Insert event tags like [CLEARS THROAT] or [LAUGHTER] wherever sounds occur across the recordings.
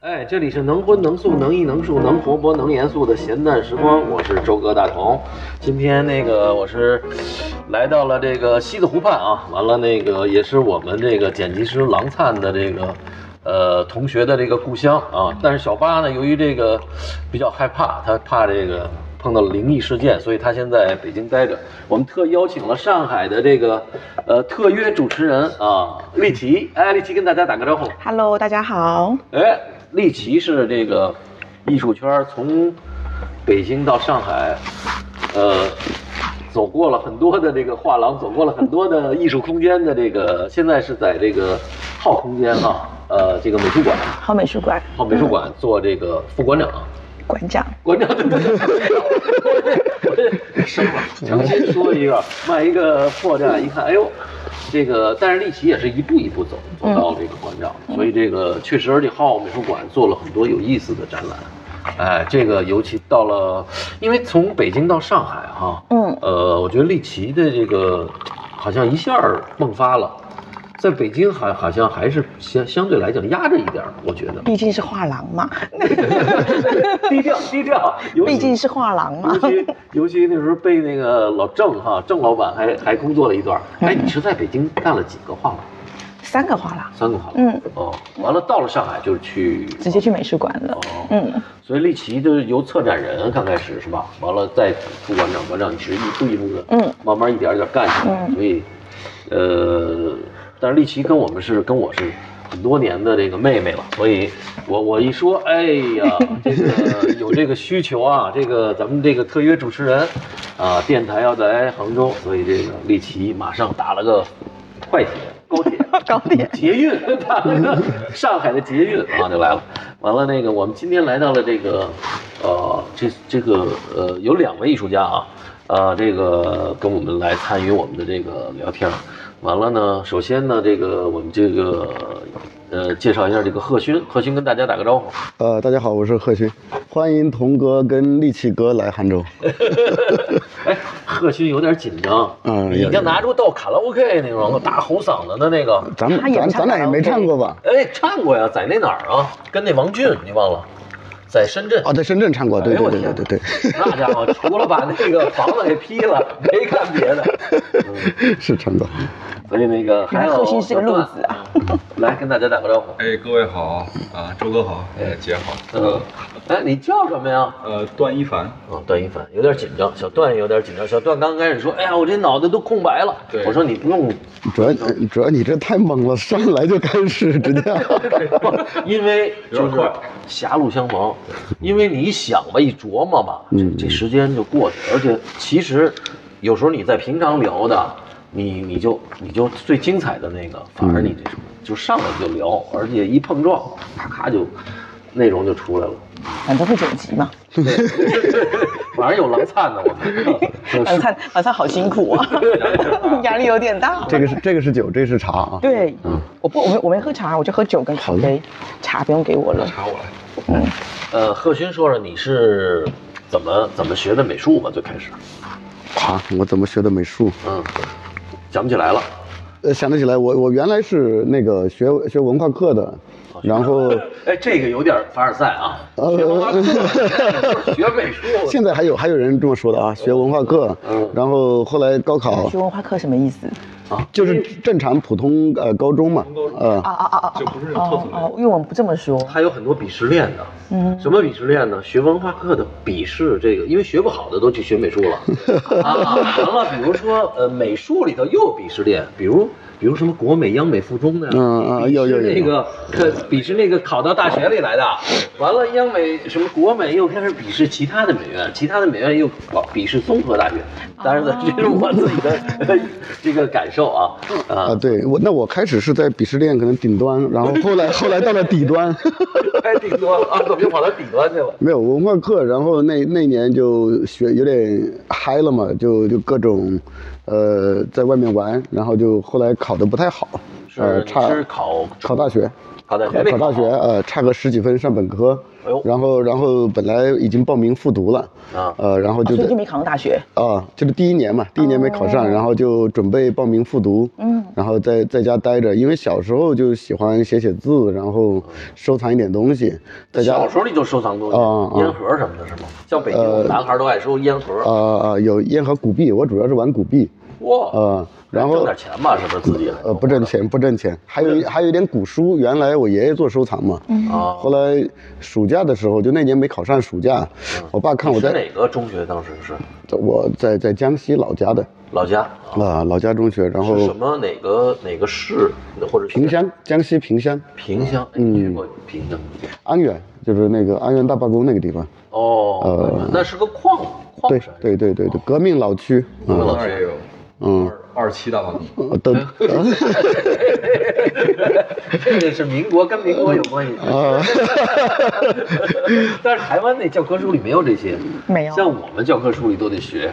哎这里是能荤能素能艺能术能活泼能严肃的闲淡时光，我是周哥大同。今天那个我是来到了这个西子湖畔啊，完了那个也是我们这个剪辑师郎灿的这个呃同学的这个故乡啊。但是小八呢，由于这个比较害怕，他怕这个碰到了灵异事件，所以他现在北京待着。我们特邀请了上海的这个呃特约主持人啊丽琪，哎，丽琪跟大家打个招呼。 Hello，大家好。哎，丽奇是这个艺术圈儿从北京到上海，呃，走过了很多的这个画廊，走过了很多的艺术空间的这个，现在是在这个浩空间啊，呃，这个美术馆，好美术馆浩美术馆做这个副馆长。馆长，馆长，对对对，我这我这什么？诚心说一个，卖一个破绽，一看，哎呦，这个，但是丽奇也是一步一步走走到这个馆长，所以这个确实，而且浩美术馆做了很多有意思的展览。哎，这个尤其到了，因为从北京到上海哈、嗯呃，我觉得丽奇的这个好像一下儿迸发了，在北京好好像还是相相对来讲压着一点儿，我觉得毕竟是画廊嘛，低调低调，尤其毕竟是画廊嘛尤。其尤其那时候被那个老郑哈郑老板还还工作了一段儿。嗯哎，你是在北京干了几个画廊？三个画廊，三个画廊。嗯，哦，完了到了上海就是去直接去美术馆了。哦，嗯，所以丽奇就是由策展人刚开始是吧？完了再副馆长、馆长，你是一步一步的，嗯， [LAUGHS] 慢慢一点儿一点儿干起来。嗯所以，呃，但是丽奇跟我们是跟我是。很多年的这个妹妹了，所以我我一说，哎呀，这个有这个需求啊，这个咱们这个特约主持人，啊，电台要在杭州，所以这个丽奇马上打了个快铁、高铁，高 [LAUGHS] 点。捷运，打那个上海的捷运啊就来了。完了，那个我们今天来到了这个，呃，这这个呃，有两位艺术家啊，呃，这个跟我们来参与我们的这个聊天儿。完了呢，首先呢，这个我们这个呃，介绍一下这个贺勋，贺勋跟大家打个招呼。 [LAUGHS] 呃，大家好，我是贺勋，欢迎童哥跟力气哥来杭州。哎，贺勋有点紧张，嗯已有经嗯点拿出到卡拉 OK 那种大吼嗓子的那个，咱们他也咱唱咱俩也没唱过吧？哎，唱过呀，在那哪儿啊？跟那王俊，你忘了，在深圳。哦，在深圳唱过，对哎呦我对对天对对对， [LAUGHS] 那家伙除了把那个房子给批了，没干别的。嗯，是唱过。所以那 [LAUGHS] 个还原来有贺信是个路子啊嗯来跟大家打个招呼。哎，各位好啊，周哥好，哎，姐好，嗯，哎，你叫什么呀？呃，段一凡，啊，段一凡有点紧张，小段也有点紧张。小段刚开始说：“哎呀，我这脑袋都空白了。”对我说：“你不用主要主要你这太猛了，上来就开始 [LAUGHS] 直接。 [LAUGHS] 因为就有点是快狭路相逢，因为你一想吧，一琢磨吧，这嗯这时间就过去了。而且其实有时候你在平常聊的，你你就你就最精彩的那个，反而你这就上来就聊，而且一碰撞，咔咔就内容就出来了。反正会剪辑嘛。反正有狼灿的我们，有晚上晚上好辛苦啊，压力有点大。这个是这个是酒，这是茶啊。对，我不，我没我没喝茶，我就喝酒跟咖啡，茶不用给我了。查我来，呃，贺勋说说你是怎么怎么学的美术嘛？最开始，啊，我怎么学的美术？嗯，想不起来了。呃，想得起来，我我原来是那个学学文化课的，然后哎，这个有点凡尔赛啊！呃学文化课就是学美术，现在还有还有人这么说的啊，学文化课嗯，然后后来高考学文化课什么意思？就是正常普通呃高中嘛，呃啊啊啊啊！就不是那种特哦种哦，因为我们不这么说。还有很多鄙视链的。嗯什么鄙视链呢？学文化课的鄙视这个，因为学不好的都去学美术了。 [LAUGHS] 啊，完了，比如说呃，美术里头又有鄙视链，比如比如什么国美、央美、附中的呀，嗯嗯鄙视有有有那个呃鄙视那个考到大学里来的，完了央美什么国美又开始鄙视其他的美院，其他的美院又搞鄙视综合大学。当然了，哦这是我自己的呃这个感受啊啊啊，。对我，那我开始是在鄙视链可能顶端，然后后来后来到了底端， [LAUGHS] 太顶端了啊，怎么又跑到底端去了？没有文化课，然后那那年就学有点嗨了嘛，就就各种，呃，在外面玩，然后就后来考得不太好，是呃差是考考大学，考大学，考大学，呃，差个十几分上本科哎呦，然后然后本来已经报名复读了，啊呃，然后啊就所以在就没考上大学。啊，就是第一年嘛，第一年没考上，然后就准备报名复读，嗯，然后在在家待着，因为小时候就喜欢写写字，然后收藏一点东西，在家小时候你就收藏东啊西，啊烟盒什么的，是吗？像北京男孩都爱收烟盒，呃呃有烟和古币，我主要是玩古币，哇，呃，然后挣点哎钱吧，是不是自己来？呃不挣钱不挣钱，还有一还有一点古书，原来我爷爷做收藏嘛，啊。后来暑假的时候就那年没考上暑假，我爸看我嗯是在哪个中学？当时是我在在江西老家的老家啊啊老家中学，然是什后么哪个哪个市或者萍乡嗯江西萍乡萍乡？哎你去过萍乡？安远就是那个安远大罢工那个地方。哦，那是个矿矿对山，呃对对对对，革命老区，嗯那儿也有，嗯，二二七大罢工，呃都 [LAUGHS] 这个是民国跟民国有关系，啊， [LAUGHS] 但是台湾那教科书里没有这些，没有像我们教科书里都得学。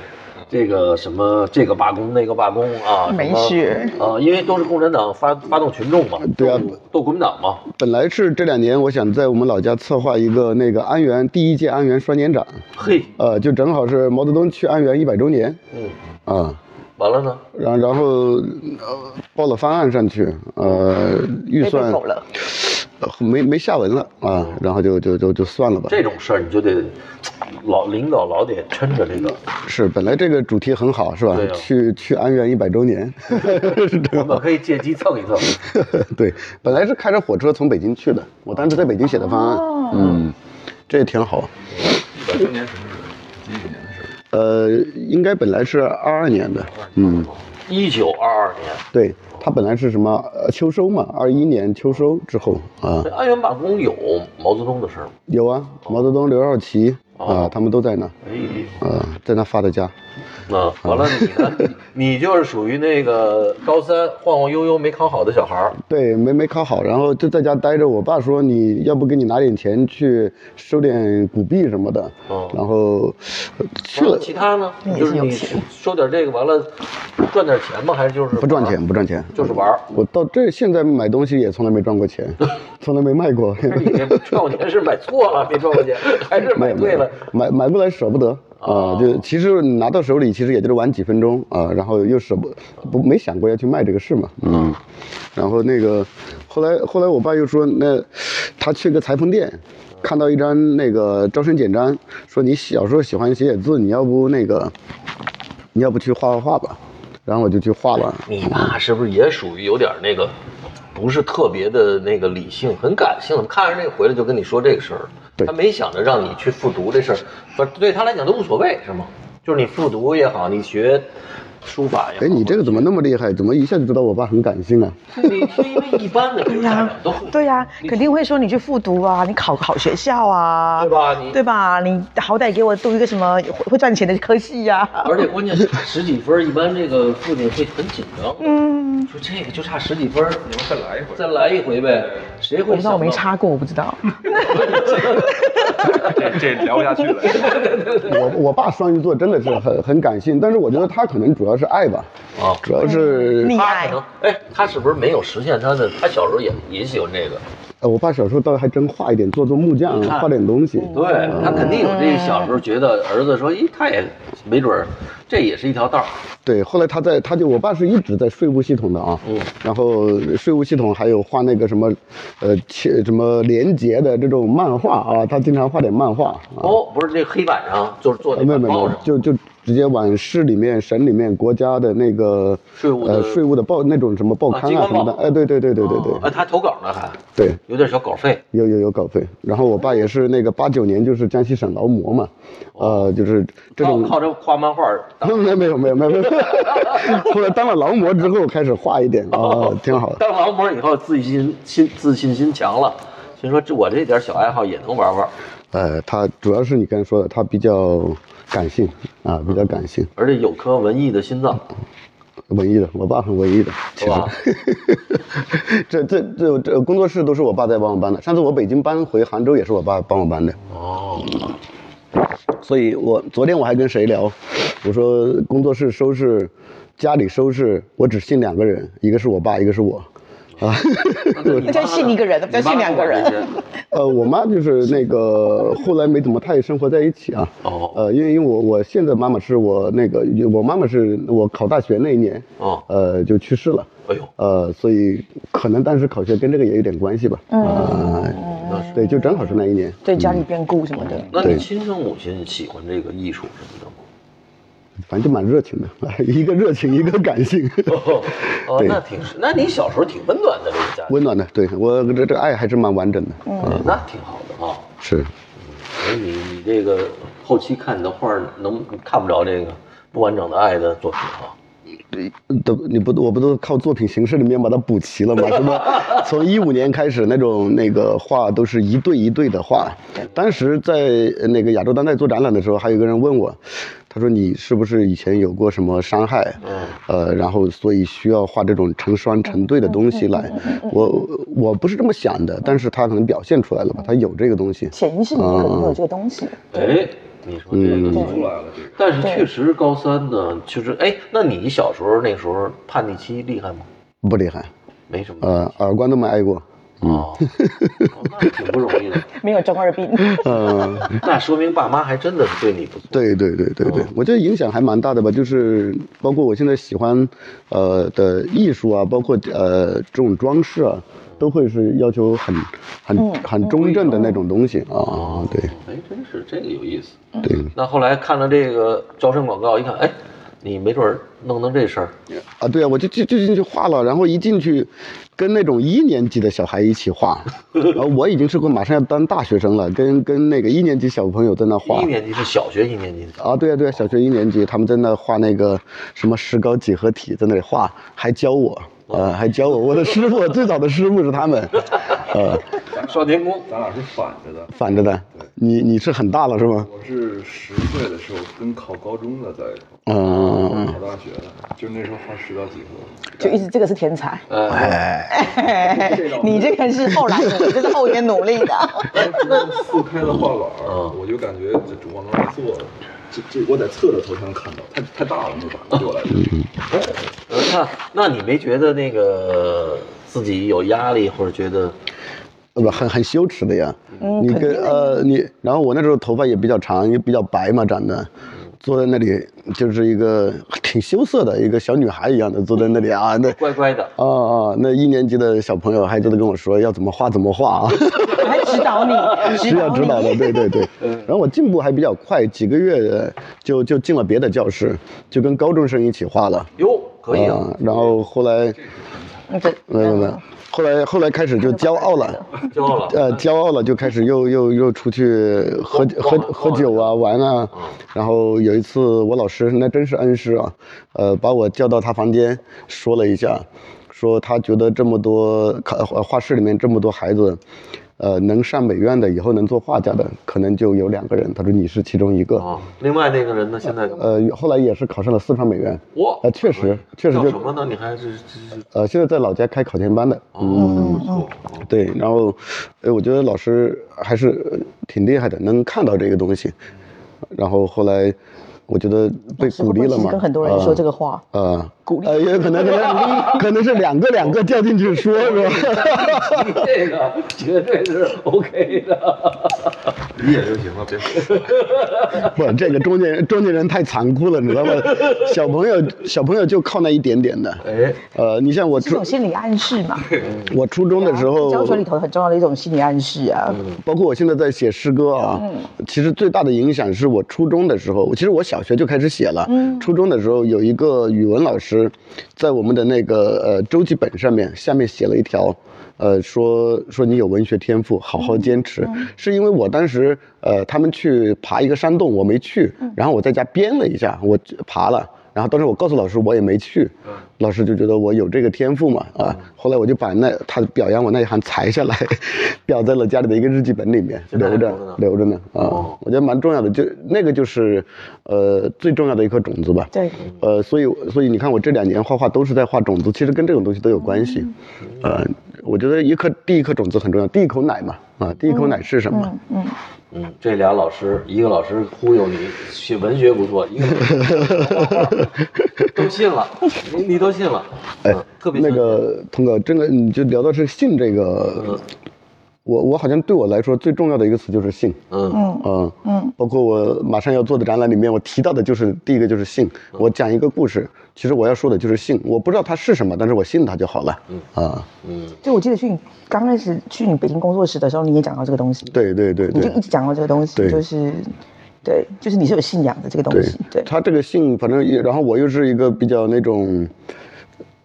这个什么，这个罢工，那个罢工啊，嗯没什么学啊、因为都是共产党发发动群众嘛，对啊斗斗国民党嘛，本来是这两年我想在我们老家策划一个那个安源第一届安源双年展，嘿，呃，就正好是毛泽东去安源一百周年嗯，啊，完了呢，然然后呃报了方案上去，呃，预被算否了，呃没没下文了啊，然后就就就就算了吧。这种事儿你就得老领导老得抻着这个，是本来这个主题很好是吧对啊？去去安源一百周年，是这我样们可以借机蹭一蹭。对，本来是开着火车从北京去的，我当时在北京写的方哦案，嗯，这也挺好。一百周年什么时候？几几年的事儿？呃，应该本来是二二年的，嗯，一九二二年，对，它本来是什么呃秋收嘛，二一年秋收之后啊这，安源罢工有毛泽东的事儿吗？有啊，毛泽东、刘少奇啊，他们都在那，哎呦，啊，在那发的家，那完了你呢？你就是属于那个高三晃晃悠悠没考好的小孩儿。对，没没考好，然后就在家待着。我爸说你要不给你拿点钱去收点古币什么的，哦然后呃去完了了其他呢？嗯就是你有钱收点这个，完了赚点钱吗？还是就是不赚玩儿？钱，不赚钱，就是玩 [LAUGHS] 儿。我到这现在买东西也从来没赚过钱，从来没卖过，那你这赚过钱是买错了没赚过钱， [LAUGHS] 还是买对了？， [LAUGHS] 买买过来舍不得啊、哦就其实拿到手里其实也就是玩几分钟啊、然后又舍不不没想过要去卖这个事嘛，嗯，然后那个后来后来我爸又说，那他去个裁缝店。看到一张那个招生简章，说你小时候喜欢写写字，你要不那个，你要不去画画画吧？然后我就去画了。你爸是不是也属于有点那个，不是特别的那个理性，很感性的？看着这个回来就跟你说这个事儿，对他没想着让你去复读这事儿，不是对他来讲都无所谓是吗？就是你复读也好，你学书法也好，哎，你这个怎么那么厉害？怎么一下就知道我爸很感性啊？你是因为一般的这个家长都会对呀、肯定会说你去复读啊，你考个好学校啊，对？吧？你对吧？你好歹给我读一个什么会会赚钱的科系啊呀、 [LAUGHS] 而且关键是差十几分儿，一般这个父亲会很紧张。嗯，说这个就差十几分儿，你们再来一回。再来一回呗，谁哎我会不知道，想我没到插过，我不知道。这这聊不下去了。 [LAUGHS] 我我爸双鱼座真的是很很感性，但是我觉得他可能主要是爱吧，啊？主要是溺他爱可能，哎，他是不是没有实现他的？他小时候也也喜欢这个，呃，我爸小时候倒还真画一点，做做木匠，看嗯画点东西。对他肯定有这嗯个小时候觉得儿子说，咦，他也没准儿，这也是一条道啊儿。对，后来他在，他就我爸是一直在税务系统的啊，嗯然后税务系统还有画那个什么，呃，切什么廉洁的这种漫画啊，他经常画点漫画啊。哦，不是这黑板上，就是做呃那没有个没有报没有上，，就就直接往市里面、省里面、国家的那个税务的呃税务的报那种什么报啊刊机啊关什么的，报哎，对对对对对对啊，他投稿呢还对，有点小稿费。有有有稿费，然后我爸也是那个八九年就是江西省劳模嘛，哦呃，就是这靠种，靠这画漫画儿当没有没有没有没有 [LAUGHS] 没有，后来当了劳模之后开始画一点啊、挺好的。当劳模以后，自信心自信心强了，心说这我这点小爱好也能玩玩，呃，他主要是你刚才说的，他比较感性啊，比较感性，而且有颗文艺的心脏，文艺的，我爸很文艺的，其是吧？实 [LAUGHS] 这这这这工作室都是我爸在帮我搬的，上次我北京搬回杭州也是我爸帮我搬的。 [LAUGHS] 哦，所以我昨天我还跟谁聊，我说工作室收拾，家里收拾，我只信两个人，一个是我爸，一个是我。啊，那叫信一个人，那不叫信两个人。。呃，我妈就是那个后来没怎么太生活在一起啊。 [LAUGHS] 哦呃，因为因为我我现在妈妈是我那个我妈妈是我考大学那一年，哦，呃就去世了，哎呦，呃，所以可能当时考学跟这个也有点关系吧。啊、那是。 [LAUGHS] 对，就正好是那一年。对家里变故什么的，那你对亲生母亲喜欢这个艺术什么的吗？反正就蛮热情的， [LAUGHS] 一个热情，一个感性， [LAUGHS] [LAUGHS] 哦，哦对那挺是，那你小时候挺温暖的这个家庭，温暖的。对我这这爱还是蛮完整的。对那挺好的啊。是，所以你你这个后期看你的画儿能看不着这个不完整的爱的作品啊。都你不我不都靠作品形式里面把它补齐了吗？什么从一五年开始那种那个画都是一对一对的画。当时在呃那个亚洲当代做展览的时候，还有一个人问我，他说你是不是以前有过什么伤害？嗯呃，然后所以需要画这种成双成对的东西来。我我不是这么想的，但是他可能表现出来了吧，他有这个东西。潜意识里面可能有这个东西。哎，你说这个嗯出出来来了这个。但是确实高三呢，就是哎，那你小时候那时候叛逆期厉害吗？不厉害，没什么呃，嗯耳光都没挨过。哦，哦那挺不容易 [LAUGHS] 的。没有中二病，嗯、那说明爸妈还真的对你不错。对对对对对嗯，我觉得影响还蛮大的吧，就是包括我现在喜欢，呃的艺术啊，包括呃这种装饰啊，都会是要求很很很中正的那种东西啊，对哎，真是这个有意思。对那后来看了这个招生广告，一看，哎，你没准儿弄弄这事儿。啊对啊，我就就就进去画了，然后一进去，跟那种一年级的小孩一起画，然后我已经是个马上要当大学生了，跟跟那个一年级小朋友在那画一，年级是小学一年级的。啊，对啊，对啊，小学一年级他们在那画那个什么石膏几何体，在那里画，还教我，呃，还教我，我的师傅，最早的师傅是 [LAUGHS] 他们，呃，少年宫。咱俩是反着的。反着的，你你是很大了是吗？我是十岁的时候跟考高中的在一块儿，嗯，考大学的，就那时候画石膏几何。就一直这个是天才。哎，哎，你这个是后来努力，这是后天努力的。当时四开的画板儿，嗯我就感觉这主往那儿坐着，这这我在侧着头才能看到，太太大了那板儿对我来说。嗯呃那那你没觉得那个自己有压力，或者觉得呃不，很很羞耻的呀，嗯你肯定跟呃你，然后我那时候头发也比较长，也比较白嘛，长得。坐在那里就是一个挺羞涩的一个小女孩一样的坐在那里啊，那乖乖的？啊啊，那一年级的小朋友还在那跟我说要怎么画怎么画啊，我还指 [LAUGHS] 导你， [LAUGHS] 需要指 [LAUGHS] 导的，对对对。然后我进步还比较快，几个月呃就就进了别的教室，就跟高中生一起画了。哟，可以啊嗯。然后后来，你这没有没有，后来后来开始就骄傲了，骄傲了。呃，骄傲了就开始又又又出去喝喝喝酒啊玩啊。嗯然后有一次我老师那真是恩师啊，呃，把我叫到他房间说了一下，说他觉得这么多看呃画室里面这么多孩子。呃，能上美院的，以后能做画家的，可能就有两个人。他说你是其中一个。啊，另外那个人呢？现在呃，后来也是考上了四川美院。我呃，确实，确实叫就什么呢？你还是这这呃，现在在老家开考前班的。哦嗯，哦对，然后，呃，我觉得老师还是呃挺厉害的，能看到这个东西。然后后来，我觉得被鼓励了嘛。跟很多人说这个话，呃。呃，鼓励，呃，也有可能，可能，可能是两个两个叫进去说，是 [LAUGHS] 吧？这个绝对是 OK 的。理解就行了，别说。不，这个中间人中间人太残酷了，你知道吗？小朋友，小朋友就靠那一点点的。哎，呃，哦你像我这初种心理暗示嘛。我初中的时候，教学里头很重要的一种心理暗示啊。包括我现在在写诗歌啊，其实最大的影响是我初中的时候，其实我小学就开始写了。初中的时候有一个语文老师，在我们的那个呃周记本上面下面写了一条，呃说说你有文学天赋，好好坚持。是因为我当时呃他们去爬一个山洞，我没去，然后我在家编了一下，我爬了。然后当时我告诉老师我也没去，老师就觉得我有这个天赋嘛啊，嗯后来我就把那他表扬我那一行裁下来， [LAUGHS] 裱在了家里的一个日记本里面，现在还留留着呢着留着呢啊，哦我觉得蛮重要的，就那个就是呃最重要的一颗种子吧。对，呃，所以所以你看，我这两年画画都是在画种嗯子，其实跟这种东西都有关系。呃，我觉得一颗第一颗种子很重要，第一口奶嘛，啊，第一口奶是什么？嗯嗯，嗯，这俩老师，一个老师忽悠你学文学不错，一个老师 [LAUGHS] 都信了，你你都信了，哎嗯，特别那相信个童哥，这个你就聊到是信这嗯个，我我好像对我来说最重要的一个词就是信，嗯嗯嗯，包括我马上要做的展览里面，我提到的就是第一个就是信，嗯我讲一个故事，其实我要说的就是信，我不知道它是什么，但是我信它就好了，啊，嗯就我记得去你刚开始去你北京工作室的时候，你也讲到这个东西，对对对你就对一。直讲到这个东西，对就是对，就是你是有信仰的这个东对西，对，他这个信，反正也，然后我又是一个比较那种，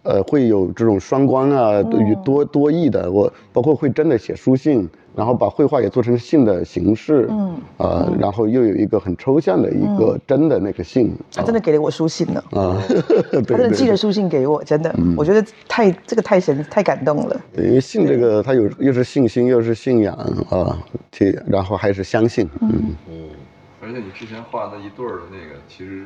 呃，会有这种双关啊，与嗯多多义的，我包括会真的写书信，然后把绘画也做成信的形式，嗯，呃，然后又有一个很抽象的一个真的那个信他真的给了我书信呢，啊， [LAUGHS] 对他真对嗯的寄对了书信给我，真的，我觉得太这个太神太感动了，对，因为信这个它有又是信心又是信仰啊，这然后还是相信，嗯，嗯，而且你之前画那一对儿的那个，其实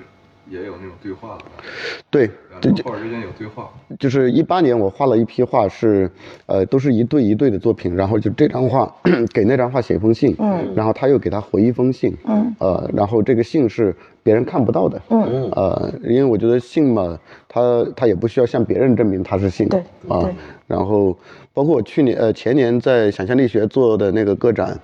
也有那种对话的感觉，对，两这张就嗯画之间有对话。就是一八年我画了一批画是，呃，都是一对一对的作品，然后就这张画 [CLEARS THROAT] 给那张画写一封信，嗯，然后他又给他回一封信，嗯，呃，然后这个信是别人看不到的，嗯，呃，因为我觉得信嘛，他他也不需要向别人证明他是信，对啊对，然后包括我去年呃前年在想象力学做的那个个展，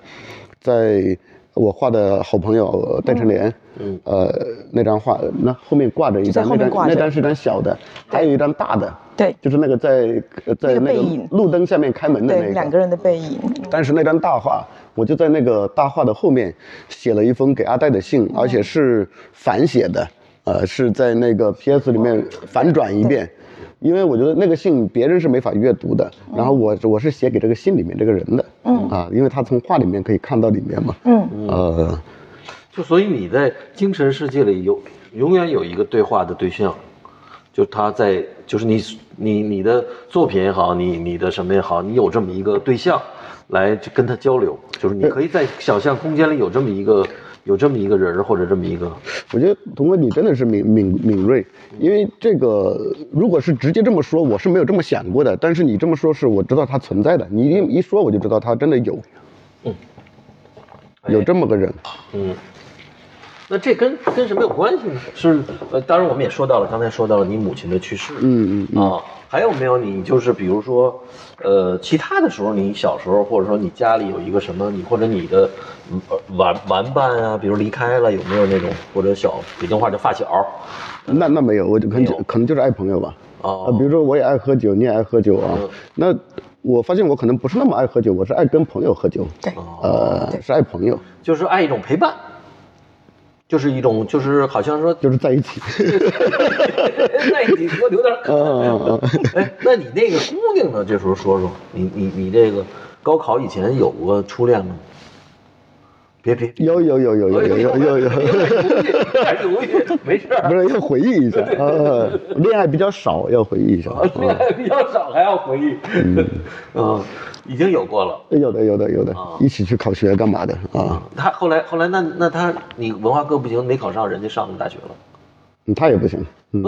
在我画的好朋友呃戴成莲，嗯呃那张画，那后面挂着一就在张，后那面张挂那着张是张小的，还有一张大的，对就是那个在呃在那个那背个影路灯下面开门的对，那两个人的背影，但是那张大画，我就在那个大画的后面写了一封给阿黛的信，而且是反写的，呃，是在那个 PS 里面反转一遍。因为我觉得那个信别人是没法阅读的，然后我我是写给这个信里面这个人的，嗯啊，因为他从画里面可以看到里面嘛，嗯，呃，就所以你在精神世界里有永远有一个对话的对象，就他在就是你你你的作品也好，你你的什么也好，你有这么一个对象来去跟他交流，就是你可以在想象空间里有这么一个有这么一个人儿或者这么一个，我觉得童哥你真的是敏敏敏锐，因为这个如果是直接这么说，我是没有这么想过的。但是你这么说，是我知道它存在的。你一一说，我就知道它真的有，哎有这么个人。嗯，那这跟跟什么有关系呢？是呃，当然我们也说到了，刚才说到了你母亲的去世，嗯嗯嗯啊，还有没有你就是比如说，呃，其他的时候你小时候或者说你家里有一个什么你或者你的嗯呃玩玩伴啊，比如离开了有没有那种或者小北京话叫发小那那没有，我就可能就没有可能就是爱朋友吧。啊，哦比如说我也爱喝酒，你也爱喝酒啊嗯。那我发现我可能不是那么爱喝酒，我是爱跟朋友喝酒，对，哦呃，是爱朋友，就是爱一种陪伴，就是一种就是好像说就是在一起。 [LAUGHS] [LAUGHS] 在一起多留点儿嗯嗯嗯。哎，那你那个姑娘呢？这时候说说，你你你这个高考以前有过初恋吗？别别，有有有有有有有有有。点犹豫，没事儿不。是要回忆一下，呃，恋爱比较少，要回忆一下。哦恋爱比较少，还要回忆。 [LAUGHS] 嗯，已经有过了。呃有的有的有的啊，一起去考学干嘛的啊？他后来后来那那他你文化课不行，没考上，人家上大学了。嗯他也不行， [LAUGHS] 嗯，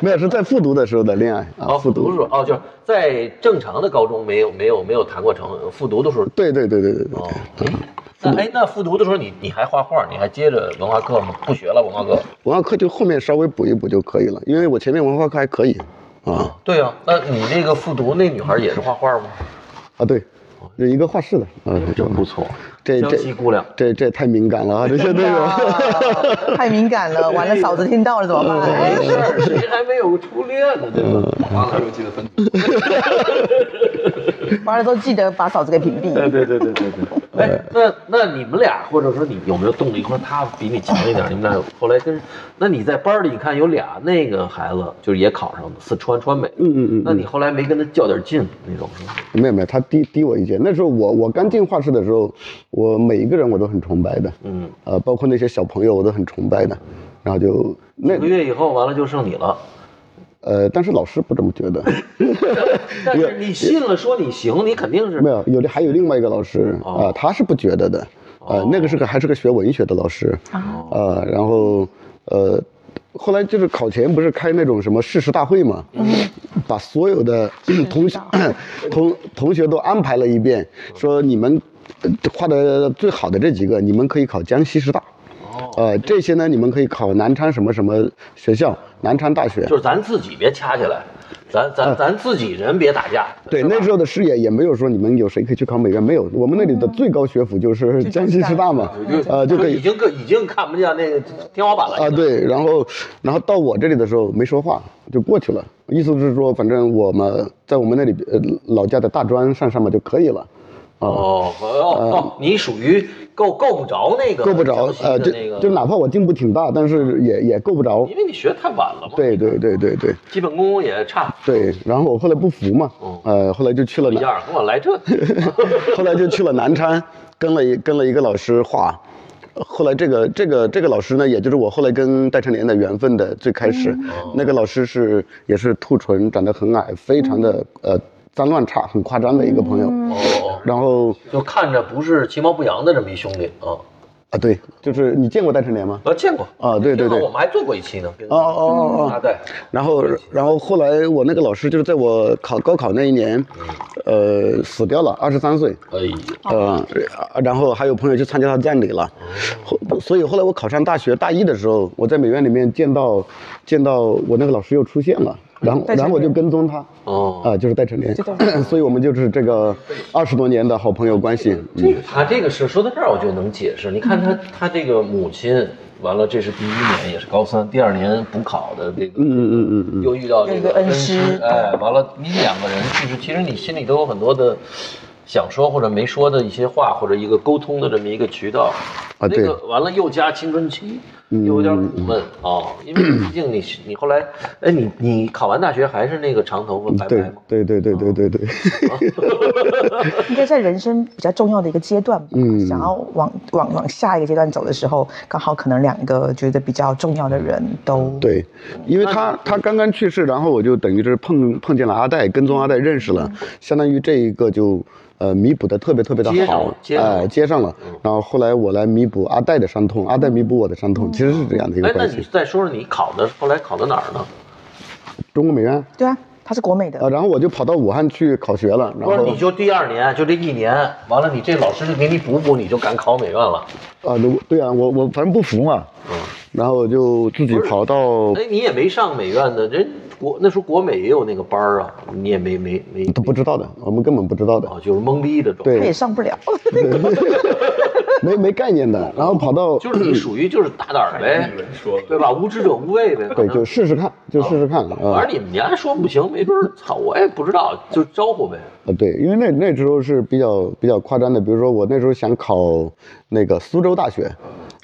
没有是在复读的时候的恋爱啊，哦，复读的时候哦，就是在正常的高中没有没有没有谈过成，复读的时候对对对对对对哦，那哎，那复读的时候你你还画画，你还接着文化课吗？不学了文化课？文化课就后面稍微补一补就可以了，因为我前面文化课还可以啊对啊，那你那个复读那女孩也是画 [LAUGHS] 画吗？啊，对，有一个画室的啊，真不错，这江这西姑娘，这这太敏感了啊，这些内容。哇太敏感了，完了嫂子听到了怎么没办？事儿，谁还没有初恋呢？对吧？完了之后记得分组。完了之后记得把嫂子给屏蔽。对对对对对。 [LAUGHS] 哎，那那你们俩，或者说你有没有动力？或者他比你强一点，你们俩有后来跟，那你在班里，你看有俩那个孩子，就是也考上了四川川美，嗯嗯嗯那你后来没跟他较点劲那种是吗？没有没有，他低低我一届。那时候我我刚进画室的时候，我每一个人我都很崇拜的，嗯，呃，包括那些小朋友我都很崇拜的。然后就那几个月以后完了就剩你了，呃，但是老师不这么觉得， [LAUGHS] 但是你信了，说你行，你肯定是没有，有的还有另外一个老师啊、哦他是不觉得的，呃，那个是个还是个学文学的老师，啊、然后呃，后来就是考前不是开那种什么誓师大会嘛，把所有的同学同同学都安排了一哦遍，说你们呃画的最好的这几个，你们可以考江西师大。哦呃，这些呢，你们可以考南昌什么什么学校，南昌大学。就是咱自己别掐起来，咱咱咱自己人别打架。嗯对，是吧那时候的视野也没有说你们有谁可以去考美院，没有。我们那里的最高学府 [LAUGHS] 就是江西师大嘛，呃，就可以已经个已经看不见那个天花板了啊，对，然后然后到我这里的时候没说话，就过去了。意思是说，反正我们在我们那里呃老家的大专上上嘛就可以了。哦哦哦，你属于够够不着那个嗯够不着江，西呃，的那就个，就哪怕我进步挺大，但是也也够不着。因为你学太晚了嘛，，对对对对对基本功也差，对，然后我后来不服嘛，呃，后来就去了嗯一南，样跟我来 [LAUGHS] 这，哦后来就去了南昌，跟了一跟了一个老师画。后来这个这个这个老师呢，也就是我后来跟戴成莲的缘分的最开始，那个老师是也是兔唇，长得很矮，非常的、呃脏乱差，很夸张的一个朋友。哦，然后就看着不是其貌不扬的这么一兄弟啊，啊，对，就是你见过戴成莲吗？我见过啊对对正对好我们还做过一期呢，哦哦哦啊哦，对，然后，然后后来我那个老师就是在我考高考那一年，呃，死掉了，二十三岁，哎呦，呃，然后还有朋友去参加他的葬礼了，后所以后来我考上大学大一的时候，我在美院里面见到，见到我那个老师又出现了，然后戴成然后我就跟踪他，啊、哦，就是戴成莲就戴成， [COUGHS] 所以我们就是这个二十多年的好朋友关系，嗯这个他这个是说到这儿我就能解释。你看他他这个母亲，完了这是第一年也是高三，第二年补考的这个，嗯嗯嗯嗯嗯，又遇到这有一个恩恩师哎，完了你两个人就是其实你心里都有很多的想说或者没说的一些话，或者一个沟通的这么一个渠道。那啊个对嗯完了又加青春期，又有点苦闷啊、因为毕竟你你后来，哎，你你考完大学还是那个长头发白白嗯对吗？对对对对对对，应该在人生比较重要的一个阶段吧，嗯想要往往往下一个阶段走的时候，刚好可能两个觉得比较重要的人都对，因为他他刚刚去世，然后我就等于是碰碰见了阿黛，跟踪阿黛认识了，相当于这一个就呃弥补的特别特别的嗯接上好了，接上了嗯哎接上了，然后后来我来弥补阿黛的伤痛，阿黛弥补我的伤痛，其实是这样的一哎个，那关你系。再说说你考的后来考的哪儿呢？中国美院，对啊，他是国美的，呃，然后我就跑到武汉去考学了，然不是，后你就第二年，就这一年，完了，你这老师就给你补补，你就敢考美院了。啊，如对啊，我我反正不服嘛，然后我就自己跑到嗯哎，你也没上美院的，人国那时候国美也有那个班儿啊，你也没没没都不知道的，我们根本不知道的，啊，就是懵逼的状态。他也对，上不 [LAUGHS] 了。没没概念的，然后跑到嗯就是你属于就是大胆儿呗看见人说，的对吧？无知者无畏呗。对反就正试试看，就嗯试试看啊反。正你们家说不行，没准儿操，我也不知道，就招呼呗。呃，对，因为那那时候是比较比较夸张的，比如说我那时候想考那个苏州大学，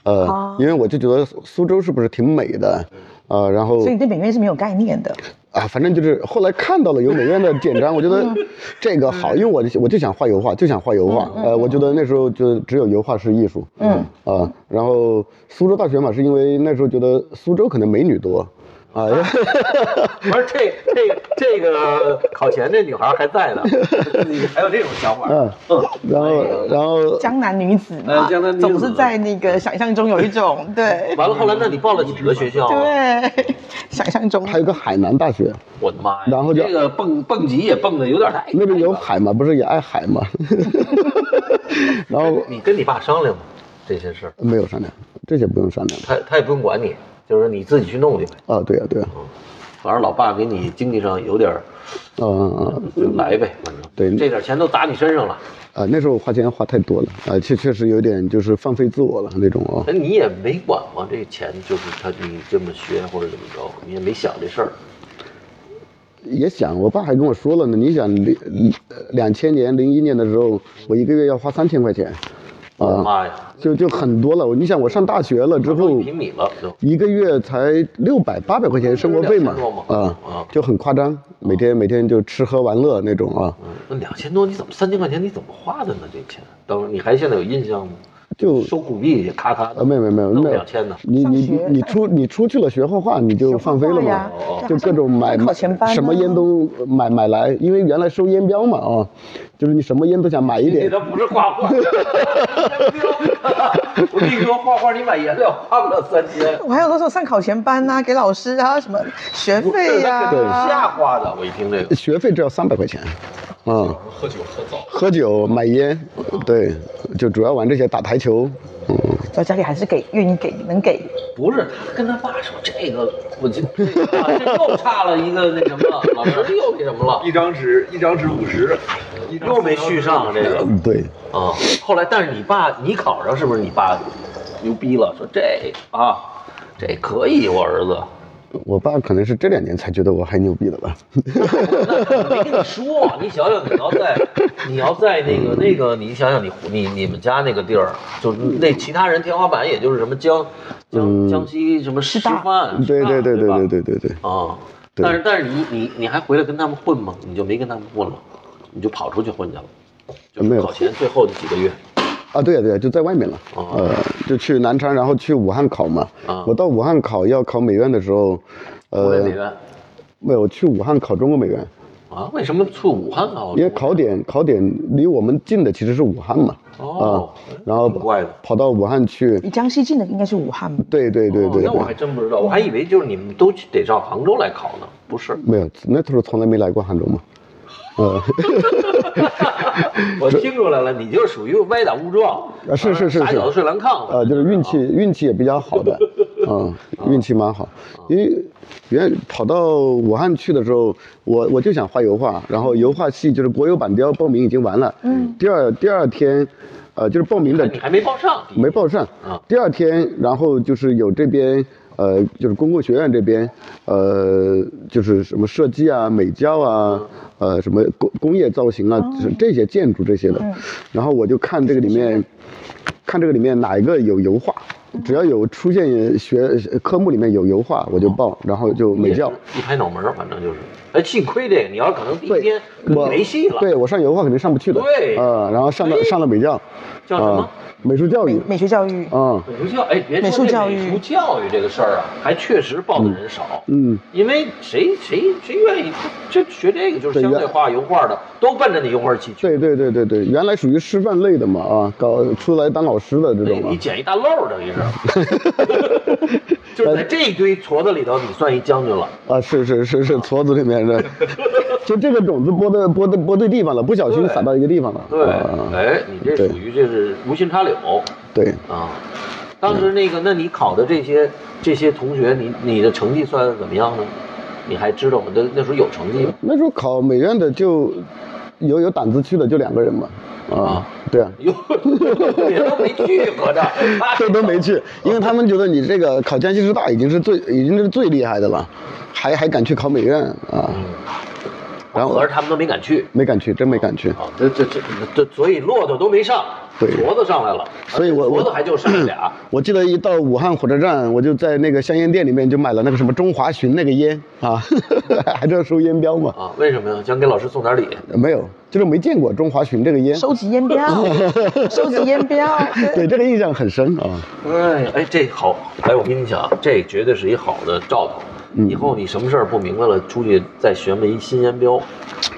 呃，哦因为我就觉得苏苏州是不是挺美的，呃，然后所以你对美院是没有概念的，啊，反正就是后来看到了有美院的简章，我觉得嗯 [LAUGHS] 这个好，因为我就我就想画油画，就想画油画，嗯呃，我觉得那时候就只有油画是艺术，嗯啊、然后苏州大学嘛，是因为那时候觉得苏州可能美女多，啊、 [LAUGHS] 嗯不是这这这个考前这女孩还在呢， [LAUGHS] 你还有这种想法？嗯嗯，然后然后江南女子呃嘛，江南女子总是在那个想象中有一种对完了后来那你报了几个学哦校啊？对想象中还有个海南大学，我的妈呀！然后就这个蹦蹦极也蹦的有点太 [LAUGHS] 那边有海嘛，不是也爱海嘛？ [LAUGHS] 然后你跟你爸商量吧这些事儿，没有商量，这些不用商量。他他也不用管你，就是你自己去弄去呗。啊，对呀、对呀、反正老爸给你经济上有点儿啊，啊就来呗，反正对这点钱都砸你身上了，啊啊！那时候我花钱花太多了，啊，确确实有点就是放飞自我了那种哦那。你也没管吗？这钱就是他你这么学或者怎么着，你也没想这事儿。也想，我爸还跟我说了呢，你想零两千年零一年的时候，我一个月要花三千块钱，我的啊，妈呀，就就很多了。你想我上大学了之一后。平米了就。一个月才六百八百块钱生活费两嘛千多嘛，啊啊，就很夸张，每天每天就吃喝玩乐那种啊，嗯那两千多，你怎么三千块钱你怎么花的呢？这钱，当时你还现在有印象吗？就收古币也咔咔的，啊，没有没有没有，弄没有两千呢。你你上学你出你出去了学画画，你就放飞了学画呀嘛哦？就各种买上考前啊班啊什么烟都买买来，因为原来收烟标嘛啊，就是你什么烟都想买一你点这不是画画，我跟你说，画画你买颜料花不了三千。我还有多少上考前班呐、给老师啊，什么学费啊呀、那个瞎画的，我一听这个，学费只要三百块钱，啊，喝酒喝早，喝酒买烟，对，就主要玩这些，打台球，嗯，所以家里还是给愿意给能给，不是他跟他爸说这个，我就这个啊这又差了一个那什么，老师这又那什么了，一张纸一张纸五十，哎一张又没续上这个嗯对，啊。后来，但是你爸你考上是不是你爸牛逼了？说这啊，这可以，我儿子。我爸可能是这两年才觉得我还牛逼的吧，没跟你说，你想想，你要在，你要在那个那个，你想想你你你们家那个地儿，就那其他人天花板也就是什么江江江西什么师范，嗯对对对对吧对对对对，啊。对但是但是你你你还回来跟他们混吗？你就没跟他们混了，你就跑出去混去了，就没是有考前最后的几个月。啊，对呀、对呀、就在外面了，哦呃，就去南昌，然后去武汉考嘛。哦啊我到武汉考要考美院的时候，国内美呃，院没有去武汉考中国美院，啊？为什么去武哦汉啊考？因为考点考点离我们近的其实是武汉嘛。哦啊，然后挺怪的跑到武汉去，离江西近的应该是武汉吧？对对对哦对那我对还真不知道，我还以为就是你们都去得上杭州来考呢，不是？没有，那时候从来没来过杭州嘛。呃，我听出来了，你就是属于歪打误撞，啊是是是打是小子睡蓝炕呃，了。啊就是运气，运气也比较好的， [LAUGHS] 啊，运气蛮好。因为原跑到武汉去的时候，我我就想画油画，然后油画系就是国有板雕报名已经完了，嗯，第二第二天，呃，就是报名的你还没报上，没报上啊，第二天，然后就是有这边。呃，就是公共学院这边，呃，就是什么设计啊、美教啊，嗯呃，什么工工业造型哦啊，就是这些建筑这些嗯的。然后我就看这个里面，看这个里面哪一个有油画，嗯只要有出现学科目里面有油画，我就哦报，然后就美教。一拍脑门儿，反正就是。哎，幸亏这个，你要是可能第一对天，我没戏了。对我上油画肯定上不去的。对哎呃，然后上了上了美教，叫什么啊？美术教育美学教育，啊，美术教哎，别美术说这教育美术教育这个事儿啊，还确实报的人少。嗯，因为谁谁谁愿意这学这个，就是对相对原画油画的，都奔着那油画去去。对对对对对，原来属于师范类的嘛啊，搞出来当老师的这种啊你嘛你，捡一大漏儿等于是， [LAUGHS] 就是在这一堆矬子里头，你算一将军了。啊是是是是，矬子里面的，就这个种子播的播的播对地方了，不小心对撒到一个地方了。对，啊哎，你这对属于这是无心插柳对，啊。当嗯时那个，那你考的这些这些同学，你你的成绩算怎么样呢？你还知道吗？那那时候有成 [LAUGHS] 绩吗？那时候考美院的就有有胆子去的就两个人嘛，啊啊，对啊，有，别都没去，合 [LAUGHS] 着 [LAUGHS] 这都没去，因为他们觉得你这个考江西师大已经是最已经是最厉害的了，还还敢去考美院啊？然后合嗯着他们都没敢去。没敢去，真没敢去。啊，这这这这，所以骆驼都没上，对骡子上来了，所以我骡我子还就上了 [LAUGHS] 俩，我记得一到武汉火车站，我就在那个香烟店里面就买了那个什么中华鲟那个烟啊， [LAUGHS] 还知道收烟标嘛？啊，为什么呀？想给老师送点礼，没有，就是没见过中华鲟这个烟。收集烟标，收集烟标，对这个印象很深啊！哎哎，这好，哎，我跟你讲，这绝对是一好的兆头。嗯以后你什么事儿不明白了，出去再学么一新烟标，